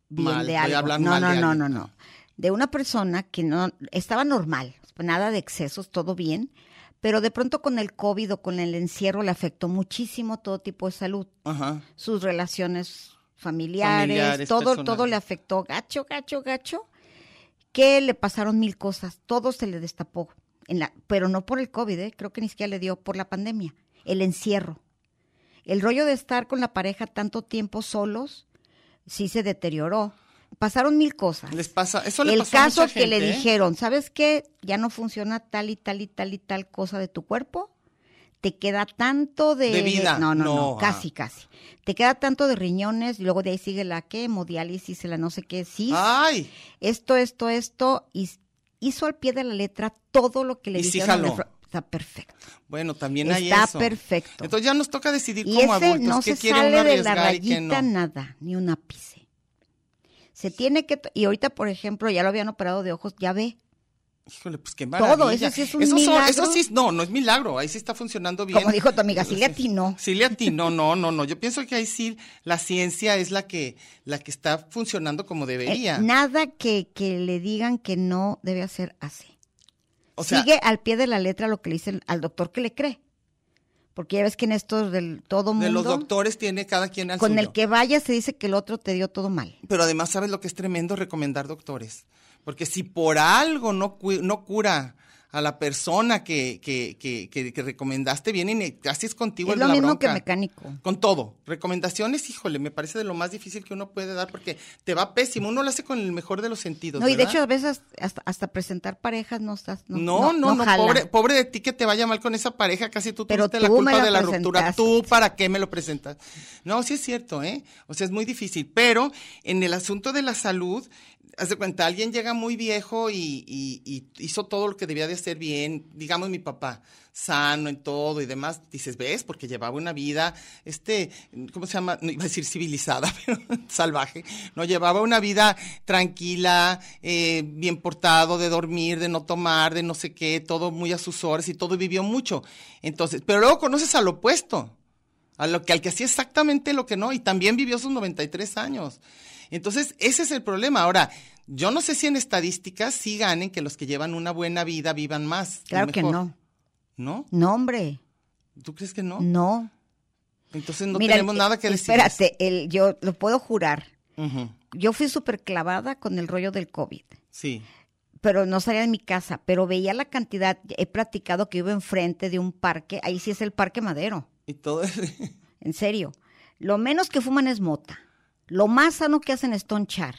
D: bien
F: Mal,
D: de
F: voy a
D: algo.
F: hablar
D: no,
F: mal
D: no,
F: de
D: no, no,
F: alguien.
D: no. De una persona que no estaba normal, nada de excesos, todo bien, pero de pronto con el COVID o con el encierro le afectó muchísimo todo tipo de salud,
F: Ajá.
D: sus relaciones familiares,
F: Familiares,
D: todo,
F: personal.
D: todo le afectó gacho, gacho, gacho, que le pasaron mil cosas, todo se le destapó, en la, pero no por el COVID, ¿eh? creo que ni siquiera le dio por la pandemia, el encierro. El rollo de estar con la pareja tanto tiempo solos, sí se deterioró. Pasaron mil cosas
F: Les pasa, eso le
D: el
F: pasó a
D: caso
F: mucha
D: que le
F: gente, ¿eh?
D: dijeron, ¿sabes qué? Ya no funciona tal y tal y tal y tal cosa de tu cuerpo. Te queda tanto de,
F: De vida.
D: No, no, no,
F: No, ah.
D: casi, casi. Te queda tanto de riñones, y luego de ahí sigue la que, hemodiálisis, la no sé qué, sí,
F: Ay,
D: esto, esto, esto, y s- hizo al pie de la letra todo lo que le
F: Y sí
D: dijeron. en el
F: jaló.
D: fr- Está perfecto.
F: bueno, también hay
D: Está
F: eso.
D: perfecto.
F: Entonces ya nos toca decidir
D: y
F: como
D: ese
F: adultos
D: no
F: qué
D: se
F: quiere uno
D: sale de la
F: arriesgar y qué
D: rayita
F: no.
D: nada, ni un ápice. Se tiene que, to- y ahorita, por ejemplo, ya lo habían operado de ojos, ya ve,
F: Híjole, pues qué maravilla.
D: Todo, eso sí es un
F: Eso son- eso
D: milagro.
F: sí, es- no, no es milagro, ahí sí está funcionando bien.
D: Como dijo tu amiga, sí le atinó.
F: Sí le atinó, no, no, no. Yo pienso que ahí sí la ciencia es la que, la que está funcionando como debería.
D: Eh, nada que, que le digan que no debe hacer hace.
F: o sea,
D: Sigue al pie de la letra lo que le dicen al doctor que le cree. Porque ya ves que en estos del todo mundo,
F: de los doctores tiene cada quien al
D: con
F: suyo.
D: el que vaya se dice que el otro te dio todo mal.
F: Pero además, ¿sabes lo que es tremendo? Recomendar doctores. Porque si por algo no, cu- no cura a la persona que, que, que, que- que recomendaste, vienen y así es contigo
D: es
F: en
D: lo
F: la
D: mismo que
F: bronca.
D: mecánico.
F: Con todo. Recomendaciones, híjole, me parece de lo más difícil que uno puede dar porque te va pésimo. Uno lo hace con el mejor de los sentidos.
D: No, y de
F: ¿verdad?
D: hecho a veces hasta, hasta presentar parejas no estás. No,
F: No, no, no,
D: jala.
F: pobre, pobre de ti que te vaya mal con esa pareja, casi tú
D: Pero
F: tuviste la
D: tú me
F: culpa
D: la
F: de la ruptura.
D: presentaste.
F: Tú, ¿para qué me lo presentas? No, sí es cierto, ¿eh? O sea, es muy difícil, pero en el asunto de la salud, haz de cuenta, alguien llega muy viejo y, y- y hizo todo lo que debía de hacer bien, digamos mi papá, sano en todo y demás, dices, ¿ves? Porque llevaba una vida, este, ¿cómo se llama? No iba a decir civilizada, pero salvaje, no llevaba una vida tranquila, eh, bien portado, de dormir, de no tomar, de no sé qué, todo muy a sus horas y todo vivió mucho. Entonces, pero luego conoces al opuesto, a lo que, al que hacía exactamente lo que no, y también vivió sus 93 años. Entonces, ese es el problema. Ahora, yo no sé si en estadísticas sí ganen que los que llevan una buena vida vivan más. y
D: Claro que
F: mejor.
D: no.
F: ¿No?
D: No, hombre,
F: ¿Tú crees que no?
D: no.
F: Entonces no
D: Mira, eh,
F: tenemos nada que decir.
D: Espérate, el, yo lo puedo jurar.
F: Ujú,
D: Yo fui súper clavada con el rollo del COVID.
F: Sí.
D: pero no salía de mi casa, pero veía la cantidad, he platicado que iba enfrente de un parque, ahí sí es el Parque Madero,
F: Y todo.
D: en serio. Lo menos que fuman es mota, lo más sano que hacen es tonchar,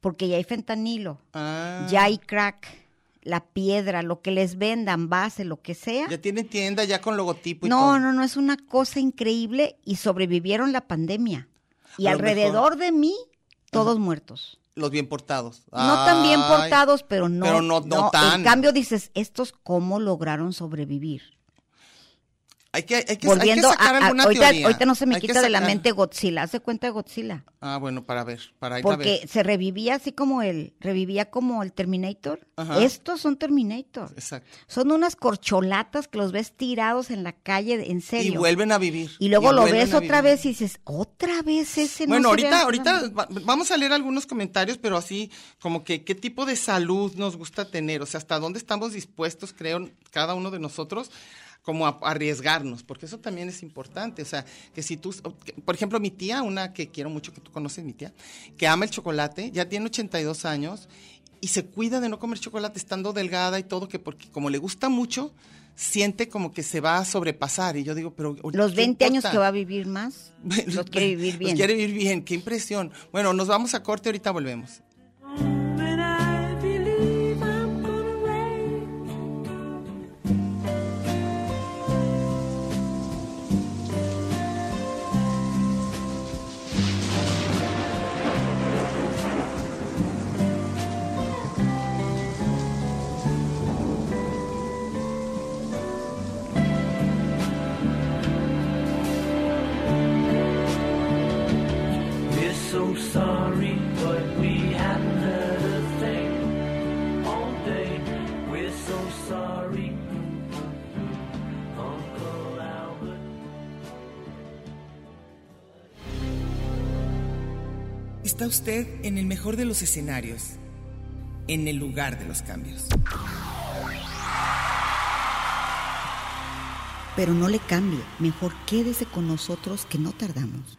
D: porque ya hay fentanilo,
F: Ah,
D: ya hay crack, la piedra, lo que les vendan, base, lo que sea.
F: Ya tiene tienda, ya con logotipo y todo.
D: No, no, no, es una cosa increíble y sobrevivieron la pandemia. Y
F: A lo
D: alrededor de mí, todos muertos.
F: Los bien portados.
D: No tan bien
F: Ay,
D: portados, pero no.
F: pero no- no tan.
D: En cambio dices, estos cómo lograron sobrevivir.
F: Hay que, hay que, hay que
D: Volviendo
F: sacar
D: a, a-
F: alguna
D: ahorita,
F: teoría.
D: ahorita no se me
F: Hay que
D: quita de la
F: sacar-
D: mente Godzilla, hace cuenta de Godzilla,
F: Ah, bueno, para ver, para ir a ver.
D: porque se revivía así como el, revivía como el Terminator.
F: Ajá.
D: Estos son Terminator.
F: Exacto.
D: Son unas corcholatas que los ves tirados en la calle, en serio.
F: Y vuelven a vivir.
D: Y luego lo
F: vuelven
D: ves
F: a
D: otra
F: vivir.
D: vez y dices, otra vez ese
F: Bueno,
D: no se ve
F: ahorita,
D: nada".
F: ahorita va- vamos a leer algunos comentarios, pero así como que qué tipo de salud nos gusta tener, o sea, hasta dónde estamos dispuestos, creo, cada uno de nosotros, como a, a arriesgarnos, porque eso también es importante, o sea, que si tú, por ejemplo, mi tía, una que quiero mucho, que tú conoces, mi tía, que ama el chocolate, ya tiene 82 años y se cuida de no comer chocolate estando delgada y todo, que porque como le gusta mucho, siente como que se va a sobrepasar. Y yo digo, pero... oye,
D: Los
F: ¿qué
D: 20 años que
F: importa?
D: va a vivir más, los quiere vivir bien.
F: Los quiere vivir bien, qué impresión. Bueno, nos vamos a corte, ahorita volvemos.
E: And I believe I'm gonna wake. We're so sorry, but we haven't heard a thing all day. We're so sorry, Uncle Albert.
C: Está usted en el mejor de los escenarios, en el lugar de los cambios.
D: Pero no le cambie, mejor quédese con nosotros que no tardamos.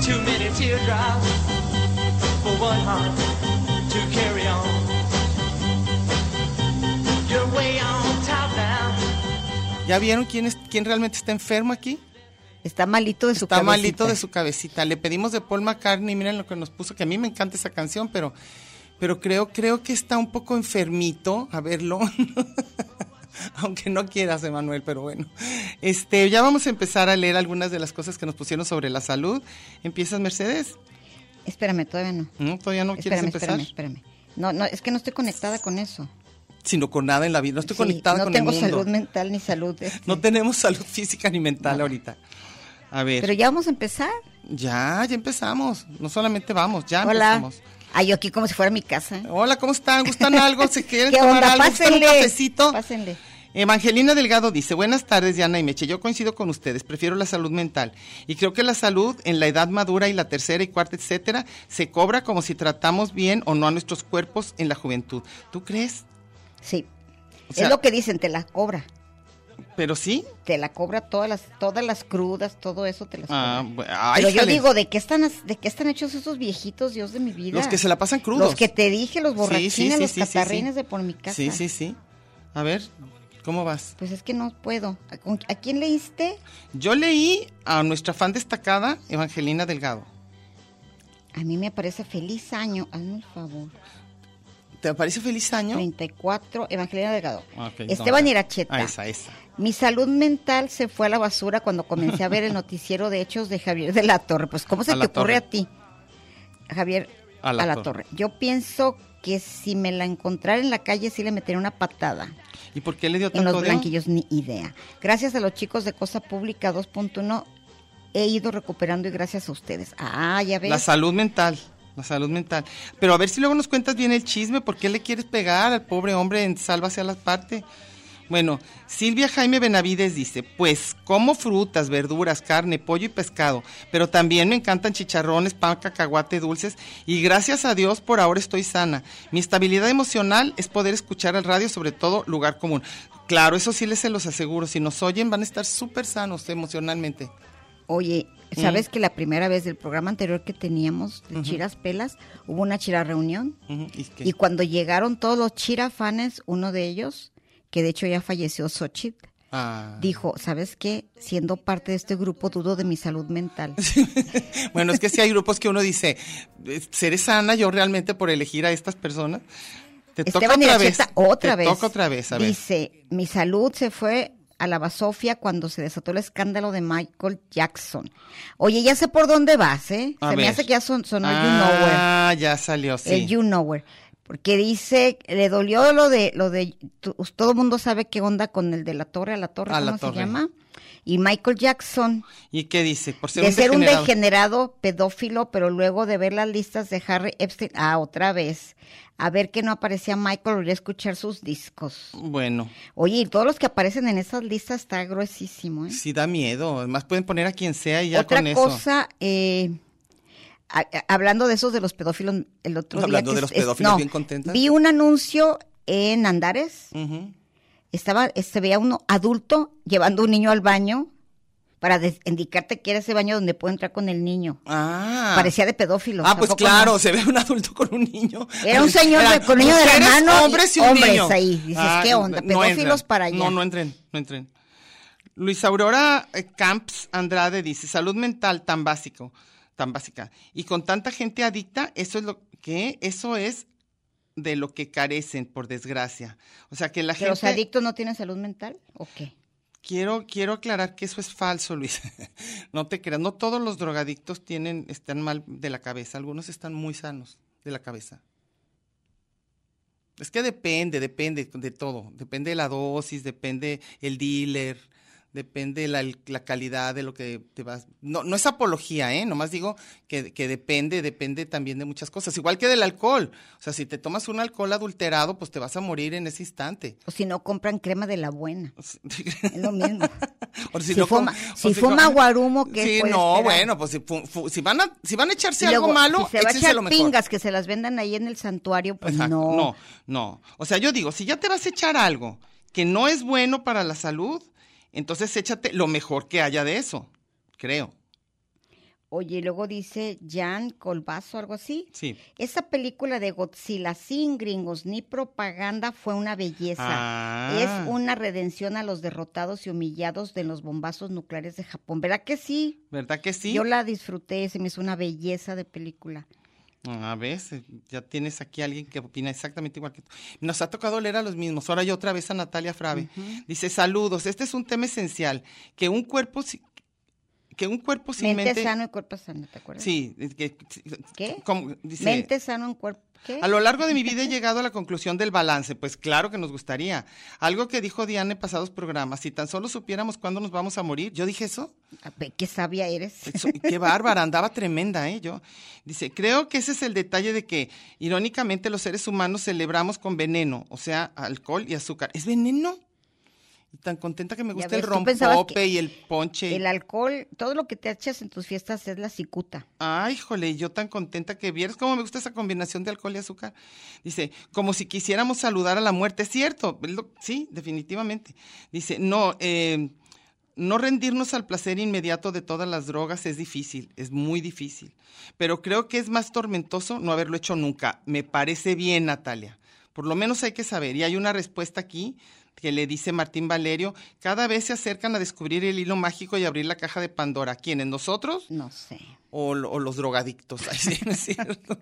E: teardrops for one heart to carry on. You're way on top now.
F: ¿Ya vieron quién, es, quién realmente está enfermo aquí?
D: Está malito de su
F: Está
D: cabecita.
F: malito de su cabecita. Le pedimos de Paul McCartney, miren lo que nos puso, que a mí me encanta esa canción, pero, pero creo, creo que está un poco enfermito, a verlo. Aunque no quieras, Emanuel, pero bueno. Este, ya vamos a empezar a leer algunas de las cosas que nos pusieron sobre la salud. ¿Empiezas, Mercedes?
D: Espérame, todavía no.
F: ¿Mm? ¿Todavía no quieres
D: espérame,
F: empezar?
D: espérame, espérame. No, no, es que no estoy conectada con eso.
F: Sino con nada en la vida. No estoy
D: Sí,
F: conectada
D: no
F: con el
D: tengo
F: mundo.
D: salud mental ni salud. este.
F: No tenemos salud física ni mental ahorita. A ver.
D: Pero ya vamos a empezar.
F: Ya, ya empezamos. No solamente vamos, ya
D: Hola.
F: empezamos.
D: Ay, yo aquí como si fuera mi casa.
F: Hola, ¿cómo están? ¿Gustan algo? ¿Se quieren
D: ¿Qué
F: tomar
D: onda?
F: algo? ¿Gustan un
D: Pásenle.
F: cafecito?
D: Pásenle.
F: Evangelina Delgado dice, buenas tardes Diana y Meche, yo coincido con ustedes, prefiero la salud mental y creo que la salud en la edad madura y la tercera y cuarta, etcétera, se cobra como si tratamos bien o no a nuestros cuerpos en la juventud. ¿Tú crees?
D: Sí.
F: O sea-
D: es lo que dicen, te la cobra.
F: Pero sí.
D: Te la cobra todas las, todas las crudas, todo eso te las
F: Ah,
D: cobra.
F: bu- ay,
D: Pero yo
F: jale.
D: digo, ¿de qué están as- de qué están hechos esos viejitos, Dios de mi vida?
F: Los que se la pasan crudos.
D: Los que te dije, los
F: Sí,
D: borrachines,
F: sí, sí,
D: los
F: sí, sí, sí.
D: catarrines de por mi casa.
F: Sí, sí, sí. A ver, ¿cómo vas?
D: Pues es que no puedo. ¿A, con- a quién leíste?
F: Yo leí a nuestra fan destacada, Evangelina Delgado.
D: A mí me aparece feliz año, hazme el favor.
F: ¿Te parece feliz año?
D: 34, Evangelina Delgado.
F: Ok,
D: Esteban
F: no,
D: Iracheta.
F: Ah, esa, esa.
D: Mi salud mental se fue a la basura cuando comencé a ver el noticiero de hechos de Javier de la Torre. Pues, ¿cómo se
F: A
D: te
F: la
D: ocurre
F: Torre.
D: a ti, Javier a la, torre. Yo pienso que si me la encontrara en la calle sí le metería una patada
F: ¿Y por qué le dio
D: en
F: tanto
D: los
F: odio?
D: blanquillos, ni idea. Gracias a los chicos de Cosa Pública 2.1 he ido recuperando y gracias a ustedes. Ah, ya ves.
F: La salud mental. La salud mental. Pero a ver si luego nos cuentas bien el chisme. ¿Por qué le quieres pegar al pobre hombre en Sálvase a la parte? Bueno, Silvia Jaime Benavides dice, pues como frutas, verduras, carne, pollo y pescado, pero también me encantan chicharrones, pan, cacahuate, dulces, y gracias a Dios por ahora estoy sana. Mi estabilidad emocional es poder escuchar al radio, sobre todo lugar común. Claro, eso sí les se los aseguro, si nos oyen van a estar súper sanos emocionalmente.
D: Oye,
F: Mm.
D: ¿sabes que la primera vez del programa anterior que teníamos de Chiras Pelas hubo una Chira reunión?
F: Ujú, ¿y qué?
D: Y cuando llegaron todos los Chira fans, uno de ellos, que de hecho ya falleció Xochitl,
F: Ah.
D: dijo, ¿sabes qué? Siendo parte de este grupo dudo de mi salud mental.
F: Bueno, es que si hay grupos que uno dice, eh, seré sana yo realmente por elegir a estas personas. Te toca
D: Esteban
F: otra vez.
D: Iracheta, otra
F: Te
D: vez.
F: toca otra vez, a ver.
D: Dice, mi salud se fue a la basofia cuando se desató el escándalo de Michael Jackson. Oye, ya sé por dónde vas, ¿eh?
F: A
D: se me
F: ver.
D: hace que ya son, sonó el You Know Where.
F: ah, ya salió, sí.
D: el You Nowhere. Porque dice, le dolió lo de, lo de, tu- todo el mundo sabe qué onda con el de la torre a la torre,
F: A
D: ¿cómo
F: la
D: se
F: torre.
D: llama? Y Michael Jackson,
F: ¿Y qué dice? Por ser,
D: de
F: un,
D: ser
F: degenerado.
D: un degenerado pedófilo, pero luego de ver las listas de Harry Epstein, ah, otra vez, a ver que no aparecía Michael, volví a escuchar sus discos.
F: Bueno,
D: Oye, y todos los que aparecen en esas listas está gruesísimo, ¿eh?
F: sí da miedo. Además pueden poner a quien sea y ya
D: Otra
F: con eso.
D: cosa, eh, a- a- hablando de esos de los pedófilos, el otro día.
F: Hablando
D: que
F: de los pedófilos, bien Mm. contenta.
D: Vi un anuncio en Andares.
F: Ujú.
D: Estaba, se veía uno adulto llevando un niño al baño para des- indicarte que era ese baño donde puede entrar con el niño.
F: Ah.
D: Parecía de pedófilo.
F: Ah, pues
D: tampoco
F: claro,
D: no.
F: se ve un adulto con un niño.
D: Era un señor de- con niño de la
F: mujeres,
D: mano y
F: hombres y un
D: hombres
F: niño. Ah,
D: ahí. Dices, ¿qué onda?
F: no entren.
D: Pedófilos para allá.
F: No, no entren, no entren. Luis Aurora eh, Camps Andrade dice, salud mental tan básico, tan básica. Y con tanta gente adicta, eso es lo que, eso es de lo que carecen, por desgracia. O sea, que la
D: ¿Que los
F: gente...
D: adictos no tienen salud mental o qué?
F: Quiero, quiero aclarar que eso es falso, Luis. no te creas, no todos los drogadictos tienen, están mal de la cabeza, algunos están muy sanos de la cabeza. Es que depende, depende de todo, depende de la dosis, depende el dealer, depende la, la calidad de lo que te vas. No, no es apología, ¿eh? Nomás digo que, que depende, depende también de muchas cosas, igual que del alcohol. O sea, si te tomas un alcohol adulterado, pues te vas a morir en ese instante.
D: O si no compran crema de la buena. Es lo mismo.
F: O
D: Si fuma-
F: com- o
D: si fuma guarumo, ¿qué
F: Sí,
D: puede
F: no,
D: esperar?
F: bueno, pues si, fu- fu- si van a, si van a echarse
D: Y
F: algo
D: luego,
F: malo,
D: si se va a
F: échense
D: echar
F: lo mejor.
D: pingas que se las vendan ahí en el santuario, pues
F: Exacto,
D: no.
F: no, no. O sea, yo digo, si ya te vas a echar algo que no es bueno para la salud, entonces échate lo mejor que haya de eso, creo.
D: Oye, y luego dice Jan Colbazo, algo así.
F: Sí.
D: Esa película de Godzilla sin gringos ni propaganda fue una belleza.
F: Ah.
D: Es una redención a los derrotados y humillados de los bombazos nucleares de Japón. ¿Verdad que sí?
F: ¿Verdad que sí?
D: Yo la disfruté, se me hizo una belleza de película.
F: A veces, Ah, eh, ya tienes aquí a alguien que opina exactamente igual que tú. Nos ha tocado leer a los mismos. Ahora yo otra vez a Natalia Frave. Dice, saludos, este es un tema esencial, que un cuerpo, si- que un cuerpo sin
D: Mente,
F: mente...
D: sano y cuerpo sano, ¿te acuerdas?
F: Sí, es que-
D: ¿Qué?
F: como dice,
D: Mente sano en cuerpo. ¿Qué?
F: a lo largo de mi vida he llegado a la conclusión del balance, pues claro que nos gustaría. Algo que dijo Diana en pasados programas, si tan solo supiéramos cuándo nos vamos a morir, yo dije eso.
D: A ver, Ah, ¿Qué sabia eres?
F: Eso, qué bárbara, andaba tremenda, ¿eh? Yo. Dice, creo que ese es el detalle de que, irónicamente, los seres humanos celebramos con veneno, o sea, alcohol y azúcar. ¿Es veneno? Y tan contenta que me
D: Ya
F: gusta el
D: ves, tú pensabas
F: rompope
D: que
F: y el ponche.
D: El alcohol, todo lo que te echas en tus fiestas es la cicuta.
F: Ay, jole, yo tan contenta que vieras cómo me gusta esa combinación de alcohol y azúcar. Dice, como si quisiéramos saludar a la muerte. Es cierto, es lo- sí, definitivamente. Dice, no, eh, no rendirnos al placer inmediato de todas las drogas es difícil, es muy difícil. Pero creo que es más tormentoso no haberlo hecho nunca. Me parece bien, Natalia. Por lo menos hay que saber. Y hay una respuesta aquí que le dice Martín Valerio. Cada vez se acercan a descubrir el hilo mágico y abrir la caja de Pandora. ¿Quiénes? ¿Nosotros?
D: No sé.
F: O, lo- o los drogadictos, ay, sí, no es cierto.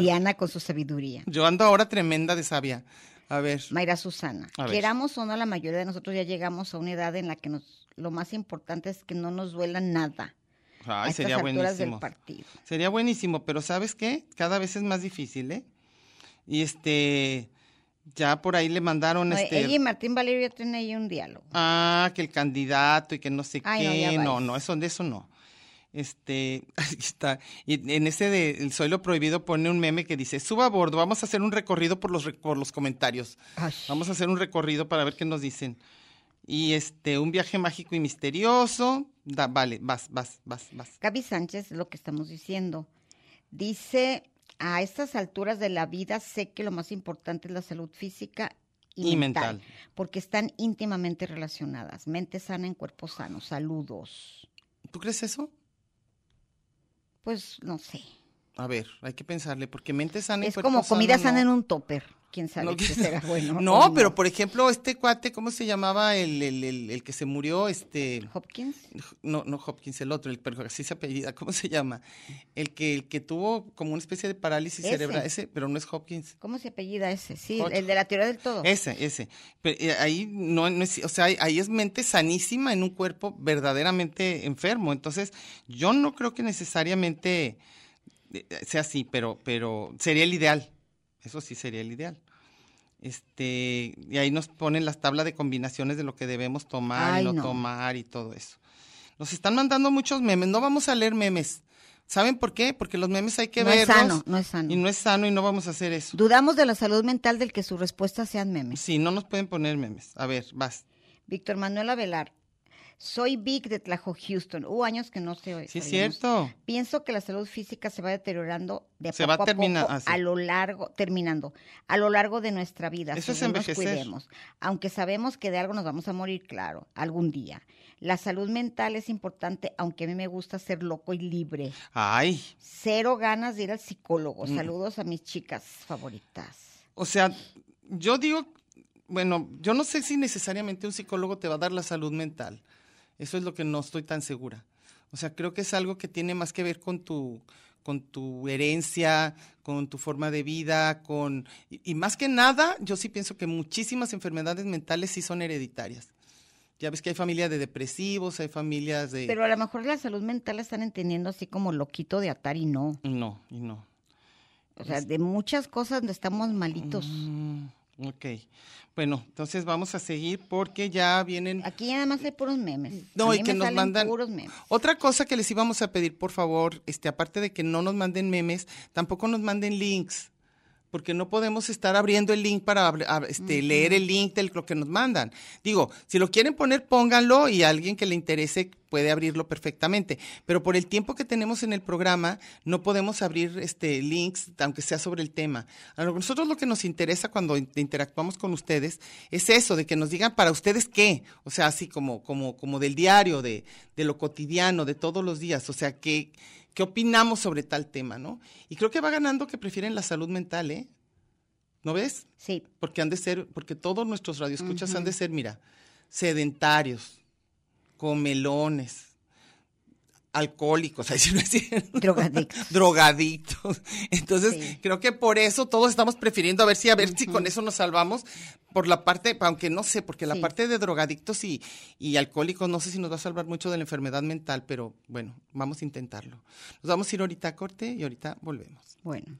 D: Diana con su sabiduría.
F: Yo ando ahora tremenda de sabia. A ver,
D: Mayra Susana,
F: A ver.
D: queramos o no, la mayoría de nosotros ya llegamos a una edad en la que nos, lo más importante es que no nos duela nada a
F: ay,
D: estas
F: sería
D: alturas
F: buenísimo.
D: del partido.
F: Sería buenísimo, pero ¿sabes qué? Cada vez es más difícil, ¿eh? Y este, ya por ahí le mandaron
D: No,
F: este...
D: Ella y Martín Valerio ya tienen ahí un diálogo.
F: Ah, que el candidato y que no sé
D: Ay, no,
F: qué.
D: ya
F: No, no,
D: vayas.
F: eso de eso no. Este, aquí está. Y en ese de El Soy lo Prohibido pone un meme que dice, suba a bordo, vamos a hacer un recorrido por los, re- por los comentarios.
D: Ay.
F: Vamos a hacer un recorrido para ver qué nos dicen. Y este, un viaje mágico y misterioso. Da- vale, vas, vas, vas, vas.
D: Gaby Sánchez es lo que estamos diciendo. Dice, a estas alturas de la vida sé que lo más importante es la salud física y,
F: Y
D: mental,
F: mental.
D: porque están íntimamente relacionadas. Mente sana en cuerpo sano. Saludos.
F: ¿Tú crees eso?
D: Pues no sé.
F: A ver, hay que pensarle, porque mente sana y
D: Es
F: cuerpo
D: como comida
F: sano,
D: sana
F: no.
D: en un topper. Quién sabe
F: No,
D: qué
F: que-
D: será bueno.
F: No,
D: o
F: pero por ejemplo, este cuate, ¿cómo se llamaba el, el- el- el que se murió? Este,
D: Hopkins.
F: no, no Hopkins, el otro, el, pero así se apellida, ¿cómo se llama? El que, el que tuvo como una especie de parálisis
D: Ese.
F: cerebral, ese, pero no es Hopkins.
D: ¿Cómo se apellida ese? Sí,
F: Hot-
D: el de la teoría del todo.
F: Ese, ese. Pero, eh, ahí no, no es, o sea, ahí- ahí es mente sanísima en un cuerpo verdaderamente enfermo. Entonces, yo no creo que necesariamente eh, sea así, pero, pero sería el ideal. Eso sí sería el ideal. Este, y ahí nos ponen las tablas de combinaciones de lo que debemos tomar
D: Ay,
F: y no,
D: no.
F: tomar y todo eso. Nos están mandando muchos memes. No vamos a leer memes. ¿Saben por qué? Porque los memes hay que
D: no es
F: verlos.
D: sano, no es sano.
F: Y no es sano y no vamos a hacer eso.
D: Dudamos de la salud mental del que sus respuestas sean memes.
F: Sí, no nos pueden poner memes. A ver, vas.
D: Víctor Manuel Avelar. Soy Vic de Tlajo Houston. Hubo años que no se oye.
F: Sí, es cierto.
D: Pienso que la salud física se va deteriorando de
F: Se
D: poco
F: va
D: a poco
F: termina- ah, sí.
D: a lo largo, terminando, a lo largo de nuestra vida.
F: Eso es
D: según nos
F: envejecer.
D: cuidemos. Aunque sabemos que de algo nos vamos a morir, claro, algún día. La salud mental es importante, aunque a mí me gusta ser loco y libre.
F: Ay,
D: Cero ganas de ir al psicólogo.
F: Mm.
D: Saludos a mis chicas favoritas.
F: o sea, yo digo, bueno, yo no sé si necesariamente un psicólogo te va a dar la salud mental. Eso es lo que no estoy tan segura. O sea, creo que es algo que tiene más que ver con tu con tu herencia, con tu forma de vida, con y, y más que nada, yo sí pienso que muchísimas enfermedades mentales sí son hereditarias. Ya ves que hay familias de depresivos, hay familias de
D: Pero a lo mejor la salud mental la están entendiendo así como loquito de atar y no.
F: no, y no.
D: O sea, de muchas cosas no estamos malitos.
F: Mm, ok. Bueno, entonces vamos a seguir porque ya vienen.
D: Aquí nada más hay puros memes.
F: No,
D: A
F: y
D: mí
F: que
D: me
F: nos
D: salen
F: mandan-
D: puros memes.
F: Otra cosa que les íbamos a pedir, por favor, este, aparte de que no nos manden memes, tampoco nos manden links. porque no podemos estar abriendo el link para abri- ab- este, leer el link de lo que nos mandan. Digo, si lo quieren poner, pónganlo y alguien que le interese puede abrirlo perfectamente. Pero por el tiempo que tenemos en el programa, no podemos abrir este, links, aunque sea sobre el tema. A lo- nosotros lo que nos interesa cuando in- interactuamos con ustedes es eso, de que nos digan para ustedes qué. O sea, así como, como, como del diario, de, de lo cotidiano, de todos los días. O sea, que qué opinamos sobre tal tema, ¿no? Y creo que va ganando que prefieren la salud mental, ¿eh? ¿No ves?
D: Sí,
F: Porque han de ser, porque todos nuestros radioescuchas han de ser, mira, sedentarios, comelones, alcohólicos, ahí sí no es cierto.
D: drogadicto.
F: drogadictos. Entonces,
D: Sí.
F: creo que por eso todos estamos prefiriendo a ver si a ver si con eso nos salvamos por la parte, aunque no sé, porque la
D: Sí.
F: parte de drogadictos y, y alcohólicos no sé si nos va a salvar mucho de la enfermedad mental, pero bueno, vamos a intentarlo. Nos vamos a ir ahorita a corte y ahorita volvemos.
D: Bueno.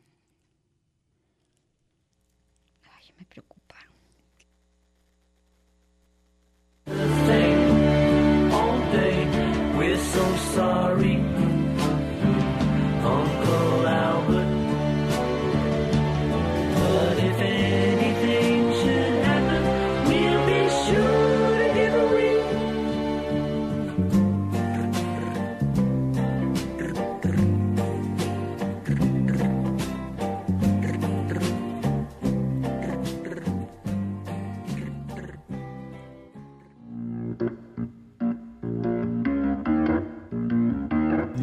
D: Ay, me preocuparon.
G: thing all day. We're so sorry, Uncle Albert. But if anything should happen, we'll be sure to give a ring.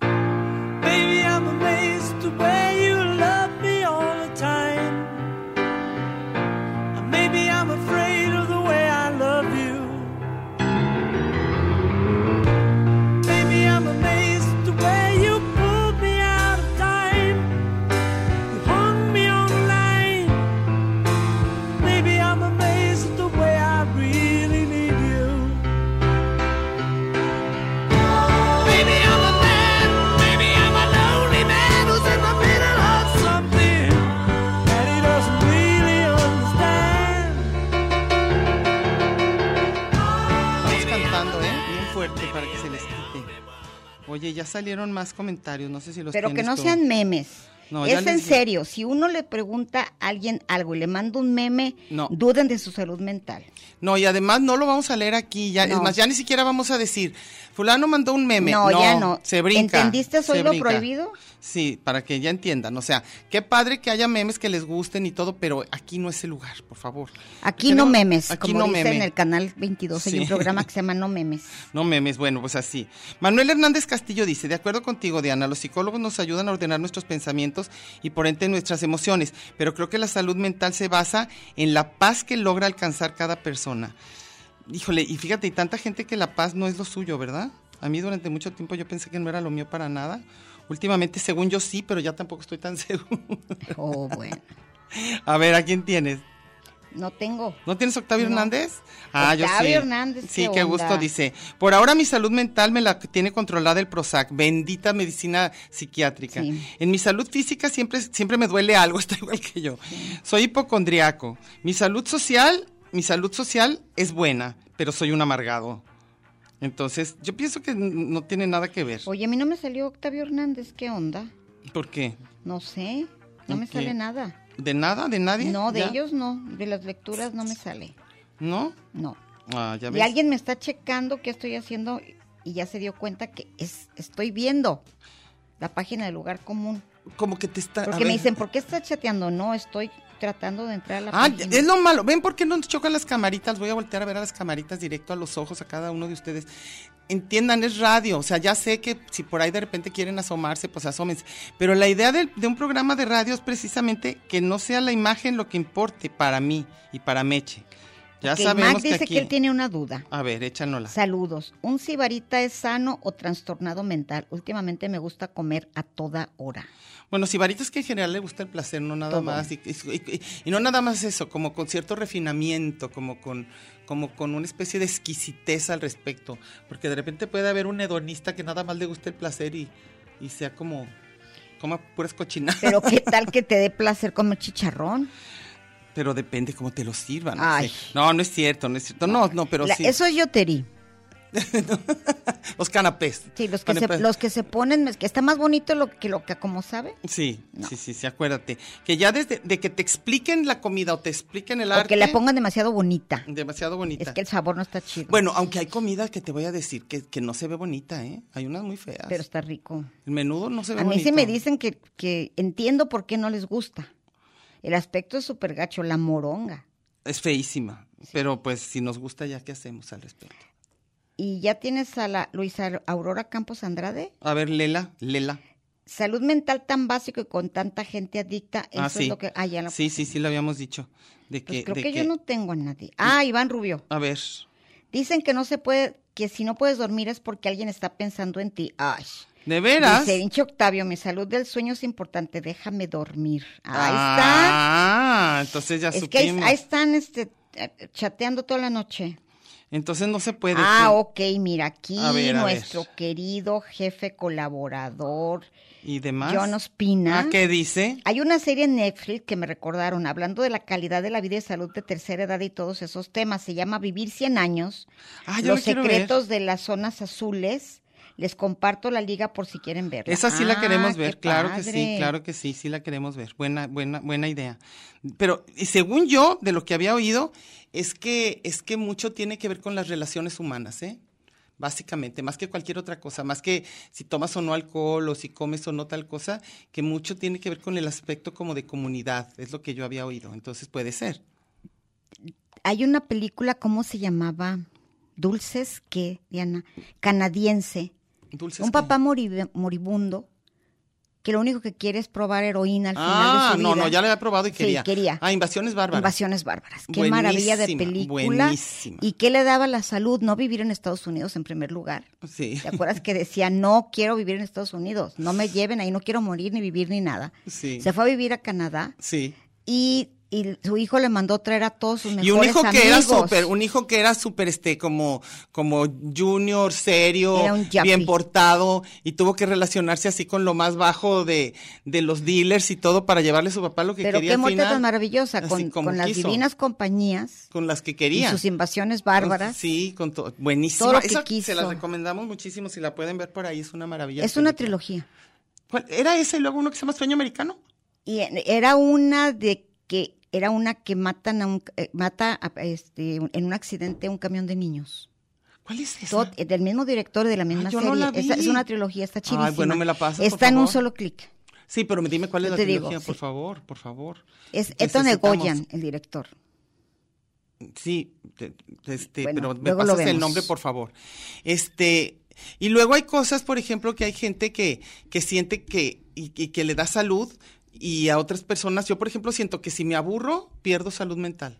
E: Baby, I'm amazed the way you love me all the time. And Maybe I'm afraid of the way I love you. Baby, I'm amazed the way you pulled me out of time. You hung me on line. Maybe I'm amazed at the way I really need you. Maybe I'm a man, maybe I'm a lonely man who's in the middle of something that he doesn't really understand.
F: Estamos cantando, ¿eh? Bien fuerte para que se les quite. Oye, ya salieron más comentarios, no sé si los
D: Pero que
F: tienes
D: no
F: tú.
D: sean memes.
F: No, ya
D: es
F: les
D: en
F: di-
D: serio. Si uno le pregunta a alguien algo y le manda un meme,
F: No.
D: duden de su salud mental.
F: No, y además no lo vamos a leer aquí, ya,
D: No.
F: es más, ya ni siquiera vamos a decir, fulano mandó un meme.
D: No,
F: No,
D: ya no.
F: Se brinca.
D: ¿Entendiste
F: se
D: hoy lo
F: brinca.
D: prohibido?
F: Sí, para que ya entiendan, o sea, qué padre que haya memes que les gusten y todo, pero aquí no es el lugar, por favor.
D: Aquí no
F: Tenemos-
D: memes,
F: aquí
D: como
F: no
D: dice
F: meme.
D: en el canal 22 hay
F: Sí.
D: un programa que se llama No memes.
F: No memes, bueno, pues así. Manuel Hernández Castillo dice, de acuerdo contigo, Diana, los psicólogos nos ayudan a ordenar nuestros pensamientos y por ende nuestras emociones, pero creo que la salud mental se basa en la paz que logra alcanzar cada persona. Híjole, y fíjate, y tanta gente que la paz no es lo suyo, ¿verdad? A mí durante mucho tiempo yo pensé que no era lo mío para nada. Últimamente, según yo sí, pero ya tampoco estoy tan seguro.
D: Oh, bueno.
F: A ver, ¿a quién tienes?
D: No tengo.
F: ¿No tienes Octavio
D: No.
F: Hernández? Ah, yo sí.
D: Octavio Hernández,
F: Sí,
D: qué
F: qué,
D: onda.
F: gusto, dice. Por ahora mi salud mental me la tiene controlada el Prozac, bendita medicina psiquiátrica.
D: Sí.
F: En mi salud física siempre, siempre me duele algo, está igual que yo. Soy hipocondriaco. Mi salud social, mi salud social es buena, pero soy un amargado. Entonces, yo pienso que n- no tiene nada que ver.
D: Oye, a mí no me salió Octavio Hernández, ¿qué onda?
F: ¿Por qué?
D: No sé, no me
F: Ok.
D: sale nada.
F: ¿De nada? ¿De nadie?
D: No, de
F: ¿Ah, ¿Ya?
D: ellos no, de las lecturas no me sale,
F: ¿No?
D: no.
F: Ah, ya
D: Y
F: ves.
D: alguien me está checando qué estoy haciendo y ya se dio cuenta que es, estoy viendo la página del lugar común.
F: Como que te está. a
D: Porque me
F: ver.
D: dicen, ¿por qué estás chateando? No, estoy tratando de entrar a la
F: Ah,
D: página.
F: es lo malo. ¿Ven por qué no nos chocan las camaritas? Voy a voltear a ver a las camaritas directo a los ojos a cada uno de ustedes. Entiendan, es radio. O sea, ya sé que si por ahí de repente quieren asomarse, pues asómense. Pero la idea del- de, un programa de radio es precisamente que no sea la imagen lo que importe para mí y para Meche. Ya
D: Que
F: sabemos
D: Mac dice
F: que
D: que,
F: aquí...
D: él tiene una duda.
F: A ver, échanosla.
D: Saludos. ¿Un sibarita es sano o trastornado mental? Últimamente me gusta comer a toda hora.
F: Bueno, Sibarita es que en general le gusta el placer, no nada
D: Todo.
F: más. Y, y- y- y no nada más eso, como con cierto refinamiento, como con, como con una especie de exquisitez al respecto. Porque de repente puede haber un hedonista que nada más le guste el placer y, y sea como. coma puras cochinadas. Pero,
D: Pero ¿qué tal que te dé placer comer chicharrón?
F: depende cómo te lo sirvan. no
D: Ay.
F: sé. No, no es cierto, no es cierto. No, no, pero
D: La-
F: sí.
D: Eso es yoterí.
F: Los canapés.
D: Sí, los que, se,
F: Canapés.
D: los que se ponen, es que está más bonito lo que lo que como sabe.
F: Sí, sí, sí, sí, acuérdate. Que ya desde de que te expliquen la comida o te expliquen el
D: O
F: arte.
D: que la pongan demasiado bonita.
F: Demasiado bonita.
D: Es que el sabor no está chido.
F: Bueno, aunque hay comida que te voy a decir que, que no se ve bonita, ¿eh? Hay unas muy feas.
D: pero está rico.
F: el menudo no se ve
D: A mí
F: bonito.
D: sí me dicen que, que entiendo por qué no les gusta. El aspecto es súper gacho, la moronga.
F: Es feísima. Pero pues si nos gusta ya, ¿qué hacemos al respecto?
D: Y ya tienes a la Luisa Aurora Campos Andrade.
F: A ver, Lela, Lela.
D: Salud mental tan básico y con tanta gente adicta. Eso
F: ah, sí.
D: es lo que. Ah, ya la-
F: sí, sí, sí, lo habíamos dicho. De
D: Pues
F: que,
D: creo
F: de
D: que, yo
F: que-
D: no tengo a nadie. Ah, Iván Rubio.
F: A ver,
D: Dicen que no se puede, que si no puedes dormir es porque alguien está pensando en ti. Ay.
F: ¿de veras?
D: Dice Inche Octavio, mi salud del sueño es importante, déjame dormir. Ahí está.
F: Ah, entonces ya
D: Es que ahí,
F: supimos.
D: ahí están este, eh, chateando toda la noche.
F: Entonces no se puede.
D: Ah,
F: sí.
D: ok, mira, aquí
F: A ver, a ver.
D: nuestro querido jefe colaborador,
F: Y demás.
D: John Ospina.
F: Ah, ¿qué dice?
D: Hay una serie en Netflix que me recordaron, hablando de la calidad de la vida y salud de tercera edad y todos esos temas. Se llama Vivir 100 años,
F: Ah, yo
D: Los
F: lo quiero ver.
D: secretos de las zonas azules. Les comparto la liga por si quieren verla.
F: Esa sí la
D: Ah,
F: queremos
D: qué
F: ver, claro que sí,
D: padre.
F: claro que sí, sí la queremos ver. Buena, buena, buena idea. Pero y según yo, de lo que había oído, es que, es que mucho tiene que ver con las relaciones humanas, ¿eh? Básicamente, más que cualquier otra cosa, más que si tomas o no alcohol o si comes o no tal cosa, que mucho tiene que ver con el aspecto como de comunidad, es lo que yo había oído. Entonces puede ser.
D: Hay una película, ¿cómo se llamaba? Dulces, que, Diana? Canadiense.
F: Dulces
D: un
F: que-
D: papá moribe- moribundo que lo único que quiere es probar heroína al final
F: Ah,
D: de su vida.
F: no, no, ya lo había probado y
D: Sí,
F: quería.
D: quería.
F: Ah, Invasiones Bárbaras.
D: Invasiones bárbaras. Qué
F: Buenísima,
D: maravilla de película.
F: buenísima.
D: ¿Y qué le daba la salud? No vivir en Estados Unidos en primer lugar.
F: Sí,
D: ¿Te acuerdas que decía, no quiero vivir en Estados Unidos, no me lleven ahí, no quiero morir ni vivir ni nada?
F: sí,
D: Se fue a vivir a Canadá
F: sí.
D: y, y su hijo le mandó traer a todos sus mejores
F: y un hijo
D: amigos.
F: que era súper, un hijo que era súper este como como junior,
D: Era
F: serio,
D: un yuppie.
F: bien portado y tuvo que relacionarse así con lo más bajo de, de los dealers y todo para llevarle a su papá lo que
D: Pero
F: quería
D: qué
F: al
D: muerte
F: final,
D: tan maravillosa,
F: así
D: con,
F: como
D: con las
F: quiso,
D: divinas compañías
F: con las que
D: y
F: quería.
D: sus invasiones bárbaras.
F: Sí, con todo. Buenísimo.
D: Todo lo que
F: Se
D: quiso.
F: las recomendamos muchísimo. Si la pueden ver por ahí, es una maravilla.
D: es una
F: película.
D: trilogía.
F: ¿Cuál? ¿Era ese y luego uno que se llama Sueño Americano?
D: Y en- era una de que era una que matan a un eh, mata a, este en un accidente a un camión de niños.
F: ¿Cuál es ese?
D: Todo- eh, del mismo director y de la misma
F: yo
D: serie.
F: no la
D: Esa es
F: vi.
D: una trilogía, está chidísima.
F: Ay, bueno, me la pasas, por
D: Está en un
F: favor.
D: solo clic.
F: Sí, pero dime cuál es
D: Yo
F: la
D: te digo,
F: trilogía, por
D: sí.
F: favor, por favor.
D: Es Eton de
F: Necesitamos-
D: Goyan, el director.
F: Sí, te- este,
D: Bueno,
F: pero me
D: luego lo
F: pasas el
D: vemos.
F: nombre, por favor. Este, y luego hay cosas, por ejemplo, que hay gente que, que siente que, y, y que le da salud, y a otras personas, yo por ejemplo siento que si me aburro, pierdo salud mental.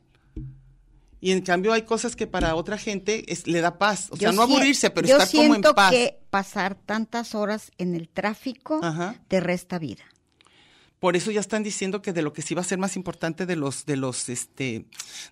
F: Y en cambio hay cosas que para otra gente es- le da paz. O sea,
D: Yo
F: no
D: sie-
F: aburrirse, pero
D: yo
F: estar como en
D: siento
F: paz.
D: que pasar tantas horas en el tráfico
F: Ajá.
D: te resta vida.
F: Por eso ya están diciendo que de lo que sí va a ser más importante de los, de los, este,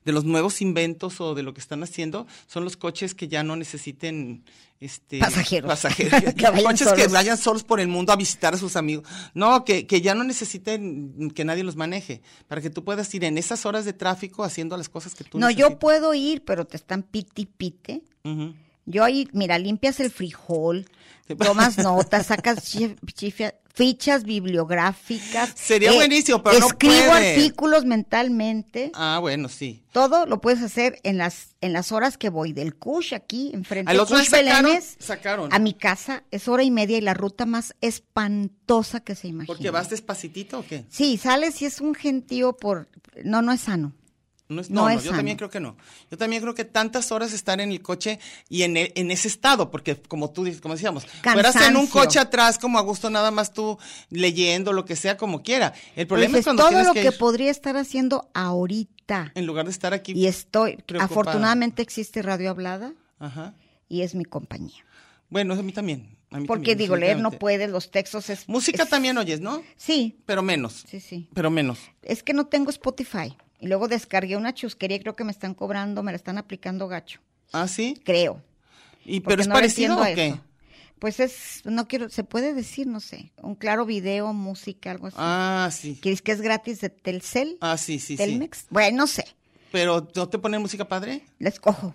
F: de los nuevos inventos o de lo que están haciendo son los coches que ya no necesiten, este,
D: Pasajeros.
F: pasajeros.
D: Que vayan
F: coches que
D: solos.
F: vayan solos por el mundo a visitar a sus amigos. No, que, que ya no necesiten que nadie los maneje para que tú puedas ir en esas horas de tráfico haciendo las cosas que tú
D: No, yo
F: necesitas.
D: puedo ir, pero te están piti pite.
F: Ujú.
D: Yo ahí, mira, limpias el frijol,
F: Sí.
D: tomas notas, sacas chi- chifia- fichas bibliográficas. eh,
F: Sería buenísimo, pero no
D: Escribo
F: puede.
D: artículos mentalmente.
F: Ah, bueno, sí.
D: Todo lo puedes hacer en las en las horas que voy del Cush aquí enfrente
F: Al
D: de
F: otro día
D: Cush
F: sacaron-
D: Belénes
F: sacaron.
D: a mi casa es hora y media y la ruta más espantosa que se imagina.
F: Porque vas despacitito o qué?
D: Sí, sales y es un gentío por no no es sano.
F: No, es,
D: No
F: no, no,
D: es
F: yo
D: sano.
F: también creo que no. Yo también creo que tantas horas estar en el coche y en, e- en ese estado, porque como tú dices, como decíamos, fueras en un
D: Cansancio.
F: coche atrás como a gusto nada más tú leyendo lo que sea como quiera. El problema
D: Dices,
F: es cuando
D: Pues todo
F: tienes
D: lo
F: que,
D: que,
F: ir,
D: podría estar haciendo ahorita
F: en lugar de estar aquí.
D: y estoy
F: preocupada.
D: afortunadamente existe radio hablada
F: Ajá.
D: y es mi compañía.
F: Bueno, a mí también. a mí
D: Porque
F: también,
D: digo, leer no
F: definitivamente.
D: puedes, los textos es
F: Música
D: es-
F: también oyes, ¿no?
D: Sí,
F: Pero menos.
D: sí, sí.
F: Pero menos.
D: Es que no tengo Spotify y luego descargué una chusquería y creo que me están cobrando, me la están aplicando gacho.
F: ¿Ah, sí?
D: Creo.
F: Y,
D: porque
F: ¿Pero es
D: no le
F: parecido o
D: entiendo a
F: qué?
D: eso. Pues es, no quiero, se puede decir, no sé, un claro video, música, algo así.
F: Ah, sí.
D: ¿Quieres que es gratis de Telcel?
F: Ah, sí, sí, sí.
D: Telmex. Bueno, no sé,
F: Pero ¿no te ponen música padre?
D: la escojo.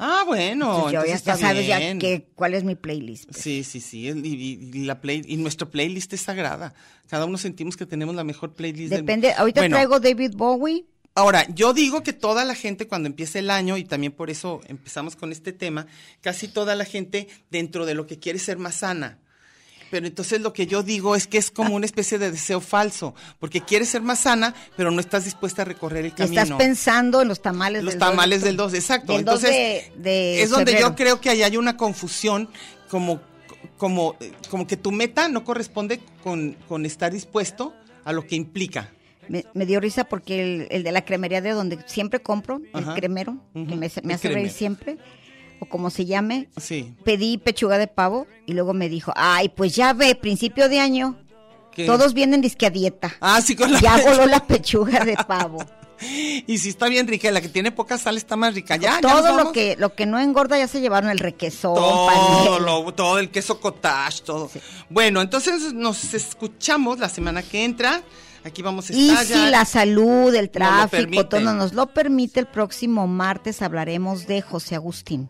F: Ah, bueno.
D: Entonces, Pues yo ya,
F: entonces está
D: ya sabes ya
F: bien.
D: que, cuál es mi playlist. pues.
F: Sí, sí, sí. el- Y, y- y la play, y nuestra playlist es sagrada. Cada uno sentimos que tenemos la mejor playlist. del-
D: Depende, ahorita
F: Bueno,
D: traigo David Bowie.
F: Ahora, yo digo que toda la gente cuando empieza el año, y también por eso empezamos con este tema, casi toda la gente dentro de lo que quiere ser más sana. Pero entonces lo que yo digo es que es como una especie de deseo falso, porque quieres ser más sana, pero no estás dispuesta a recorrer el
D: y
F: camino.
D: estás pensando en los tamales
F: Los
D: del dos de
F: tamales
D: octubre.
F: del 2, exacto.
D: Del dos
F: Entonces,
D: de- de
F: es donde
D: febrero.
F: yo creo que ahí hay una confusión, como, como, como que tu meta no corresponde con, con estar dispuesto a lo que implica.
D: Me, me dio risa porque el, el de la cremería de donde siempre compro,
F: Ajá.
D: el cremero, que
F: Ujú,
D: me, hace- me
F: el
D: hace reír
F: cremero.
D: siempre, o como se llame,
F: Sí.
D: pedí pechuga de pavo y luego me dijo, ay, pues ya ve, principio de año,
F: que-
D: todos vienen disque a dieta.
F: Ah, sí, con la.
D: Ya voló la pechuga de pavo.
F: Y sí está bien rica, la que tiene poca sal está más rica. Ya, ya nos
D: todo lo
F: vamos.
D: que, lo que no engorda ya se llevaron el requesón,
F: Todo,
D: panela.
F: lo- todo el queso cottage, todo.
D: Sí.
F: Bueno, entonces nos escuchamos la semana que entra. Aquí vamos a
D: Y
F: estar.
D: si
F: ya-
D: la salud, el tráfico,
F: permite.
D: todo nos lo permite, el próximo martes hablaremos de José Agustín.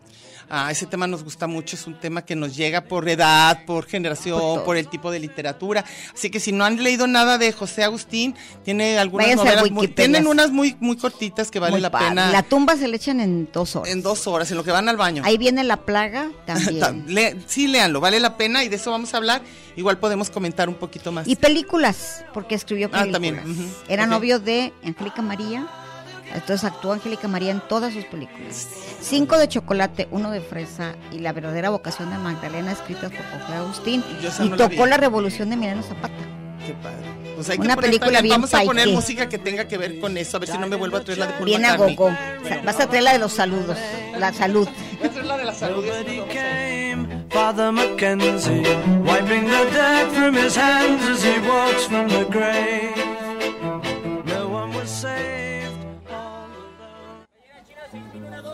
F: Ah, ese tema nos gusta mucho, es un tema que nos llega por edad, por generación,
D: Por
F: por,
D: todo.
F: el tipo de literatura. Así que si no han leído nada de José Agustín, tiene algunas
D: Váyanse a
F: novelas muy,
D: Wikipedia.
F: tienen unas muy muy cortitas que vale
D: Muy
F: la
D: padre.
F: pena
D: La tumba se le echan en dos horas.
F: en dos horas, en lo que van al baño.
D: Ahí viene la plaga
F: Ta-
D: también.
F: le- sí, léanlo, vale la pena y de eso vamos a hablar. Igual podemos comentar un poquito más.
D: y películas, porque escribió
F: Ah,
D: películas.
F: también, ujú,
D: Era
F: ok.
D: novio de Angélica María. Entonces actuó Angélica María en todas sus películas. Cinco de chocolate, uno de fresa y la verdadera vocación de Magdalena, escritas por José Agustín.
F: Yo esa
D: Y
F: no la vi.
D: tocó la revolución de Emiliano Zapata.
F: Qué padre. Pues hay que
D: Una
F: poner
D: película
F: también-
D: bien
F: Vamos a poner
D: paique.
F: música que tenga que ver con eso, a ver si no me vuelvo a traer la de Paul
D: Bien a
F: McCartney.
D: gogo. O sea, Vas a traer la de los saludos, la salud.
F: Voy a traer la de la salud. y después
E: Nobody
F: vamos a-
E: came, Father Mackenzie, wiping the dirt from his hands as he walks from the grave. No one was saved. all